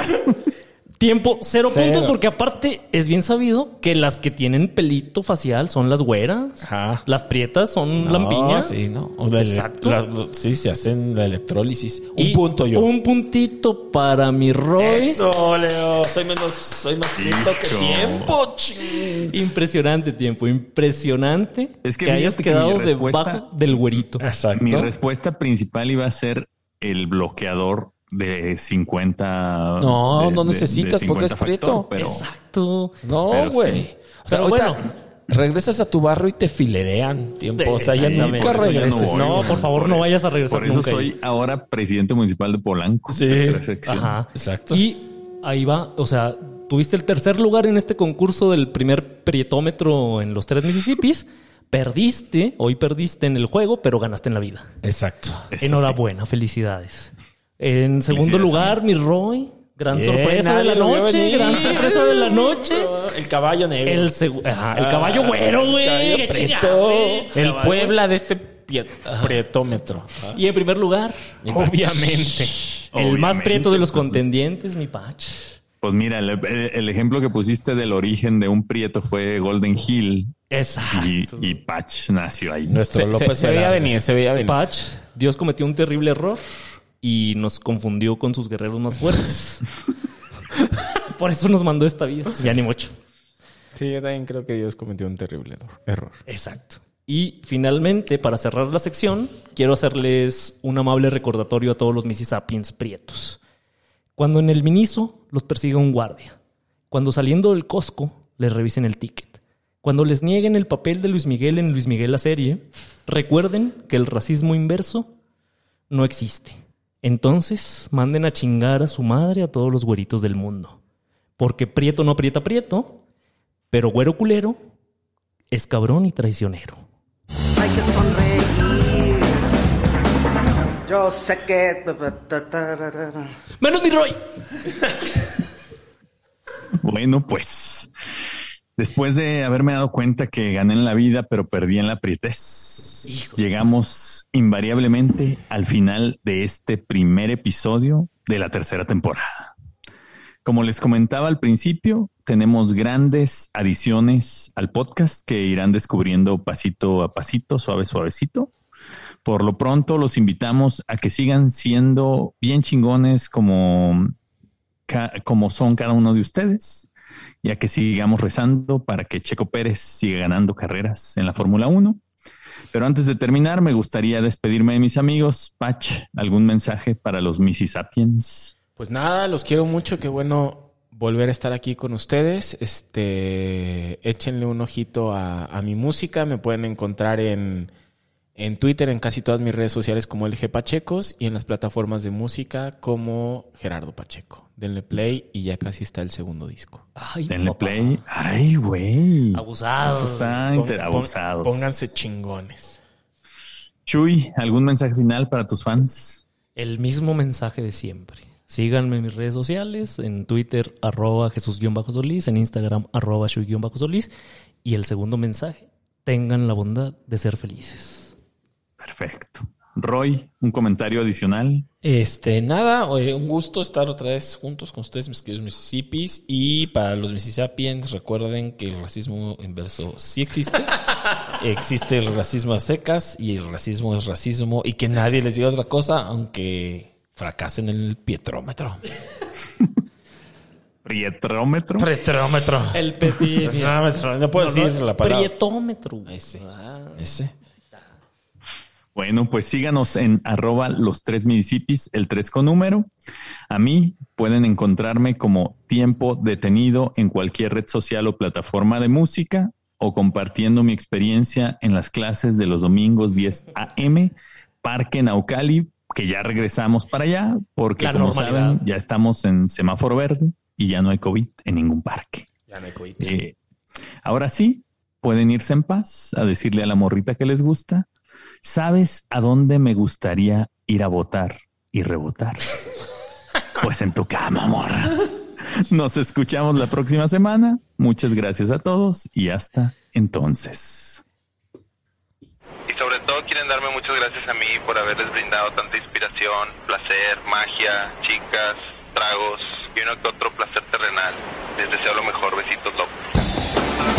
D: Tiempo, cero,
E: Cero.
D: puntos, porque aparte es bien sabido que las que tienen pelito facial son las güeras.
E: Ajá. Ah,
D: Las prietas son lampiñas.
E: Sí, no. O la ele-
D: Exacto.
E: las- lo- sí, se hacen la electrólisis. Un
D: Y
E: punto yo.
D: Un puntito para mi Roy.
E: Leo. Soy menos, soy más pinto
C: Hijo.
E: ching.
D: Impresionante tiempo, impresionante.
C: Es que
D: que hayas
C: fíjate que
D: quedado
C: mi respuesta- Ah,
D: debajo del güerito.
E: Exacto.
C: Mi respuesta principal iba a ser el bloqueador de 50.
E: No,
C: de-
E: no
C: de- de
E: necesitas porque es
C: 50
E: prieto.
C: pero
D: Exacto.
E: No,
C: Pero
E: güey.
C: sí.
E: O sea,
D: Pero
E: ahorita
D: bueno.
E: regresas a tu barro y te filerean tiempo. O sea, ya
D: Exactamente.
E: nunca
D: Por eso
C: ya no
E: regreses.
C: voy,
D: No,
C: güey.
D: por favor, no vayas a regresar
C: Por eso
D: nunca.
C: soy ahora presidente municipal de Polanco.
E: Sí.
C: tercera sección.
D: Ajá.
E: Exacto.
D: Y ahí va, o sea, tuviste el tercer lugar en este concurso del primer prietómetro en los tres Mississippis. Perdiste, hoy perdiste en el juego, pero ganaste en la vida.
E: Exacto.
C: Eso
D: Enhorabuena, felicidades. En segundo
C: Felicidades,
D: lugar, mi Roy. Gran
E: Bien,
D: sorpresa de
E: nadie
D: la
E: lo vio
D: noche,
E: venir.
D: gran sorpresa de la noche.
E: El caballo negro.
D: El, segu- ajá, Ah, el caballo güero, güey.
E: caballo
D: qué
E: preto.
D: chingado, güey.
A: El
D: Caballo.
A: Puebla de este pie- prietómetro.
D: Y en primer lugar,
A: Obviamente.
D: el más
C: Obviamente,
D: prieto de los
C: pues,
D: contendientes, mi Patch.
C: Pues mira, el, el- el ejemplo que pusiste del origen de un prieto fue Golden Hill
D: Exacto.
C: y, y Patch nació ahí.
E: Nuestro
A: Se, se-
E: López
A: se veía
E: Velarde.
A: venir, se veía venir.
D: Patch, Dios cometió un terrible error y nos confundió con sus guerreros más fuertes. Por eso nos mandó esta vida. Ya ni mucho.
A: Sí, yo también creo que Dios cometió un terrible error- error.
D: Exacto. Y finalmente, para cerrar la sección, quiero hacerles un amable recordatorio a todos los Mississippians prietos. Cuando en el Miniso los persiga un guardia. Cuando saliendo del Costco les revisen el ticket. Cuando les nieguen el papel de Luis Miguel en Luis Miguel la serie, recuerden que el racismo inverso no existe. Entonces, manden a chingar a su madre a todos los güeritos del mundo. Porque prieto no aprieta prieto, pero güero culero es cabrón y traicionero.
F: Hay que sonreír. Yo sé que.
D: Menos mi Roy.
C: Bueno, pues después de haberme dado cuenta que gané en la vida, pero perdí en la prietez, llegamos invariablemente al final de este primer episodio de la tercera temporada. Como les comentaba al principio, tenemos grandes adiciones al podcast que irán descubriendo pasito a pasito, suave, suavecito. Por lo pronto, los invitamos a que sigan siendo bien chingones como, ca- como son cada uno de ustedes y a que sigamos rezando para que Checo Pérez siga ganando carreras en la Fórmula 1. Pero antes de terminar, me gustaría despedirme de mis amigos. Pach, ¿algún mensaje para los Missy Sapiens?
A: Pues nada, los quiero mucho, qué bueno volver a estar aquí con ustedes. Este, échenle un ojito a, a mi música, me pueden encontrar en, en Twitter, en casi todas mis redes sociales como LG Pachecos y en las plataformas de música como Gerardo Pacheco. Denle play y ya casi está el segundo disco.
D: Ay,
C: Denle
D: papá.
C: play. Ay, güey. Eso
D: Abusado.
C: está
A: Pon-
C: inter-
A: pon-
C: abusados.
A: Pónganse chingones.
C: Chuy, ¿algún mensaje final para tus fans?
D: El mismo mensaje de siempre. Síganme en mis redes sociales, en Twitter, arroba Jesús-Solís, en Instagram, arroba Shui-Solís. Y el segundo mensaje, tengan la bondad de ser felices.
C: Perfecto. Roy, un comentario adicional.
E: Este, nada, eh, un gusto estar otra vez juntos con ustedes, mis queridos Mississippis. Y para los Mississippians, recuerden que el racismo inverso sí existe. existe el racismo a secas y el racismo es racismo. Y que nadie les diga otra cosa, aunque fracasen en el pietrómetro.
C: Prietrómetro.
E: Pietrómetro.
D: El petit.
E: Pietrómetro. No puedo
A: Pues
E: decir la palabra.
D: Prietómetro.
E: Ese.
D: Ah.
E: Ese.
C: Bueno, pues síganos en arroba los tres municipios, el tres con número. A mí pueden encontrarme como tiempo detenido en cualquier red social o plataforma de música o compartiendo mi experiencia en las clases de los domingos 10 a.m. Parque Naucali, que ya regresamos para allá porque
D: La
C: como
D: normalidad.
C: saben ya estamos en semáforo verde y ya no hay COVID en ningún parque.
A: Ya no hay COVID.
C: Eh, ahora sí, pueden irse en paz a decirle a la morrita que les gusta. ¿Sabes a dónde me gustaría ir a votar y rebotar? Pues en tu cama, morra. Nos escuchamos la próxima semana. Muchas gracias a todos y hasta entonces.
B: Y sobre todo quieren darme muchas gracias a mí por haberles brindado tanta inspiración, placer, magia, chicas, tragos y uno que otro placer terrenal. Les deseo lo mejor. Besitos, locos.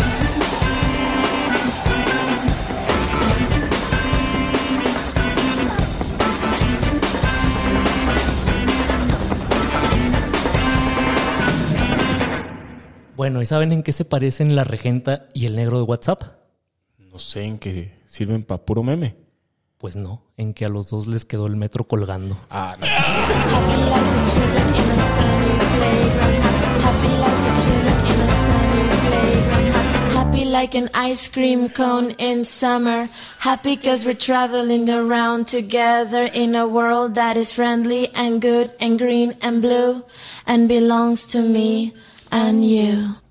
D: Bueno, ¿y saben en qué se parecen la regenta y el negro de WhatsApp?
A: No sé en qué sirven para puro meme.
D: Pues no, en que a los dos les quedó el metro colgando.
A: Ah, no.
G: Happy like the children in a sunny playground. Happy like the children in a sunny playground. Happy like an ice cream cone in summer. Happy cause we're traveling around together in a world that is friendly and good and green and blue and belongs to me and you.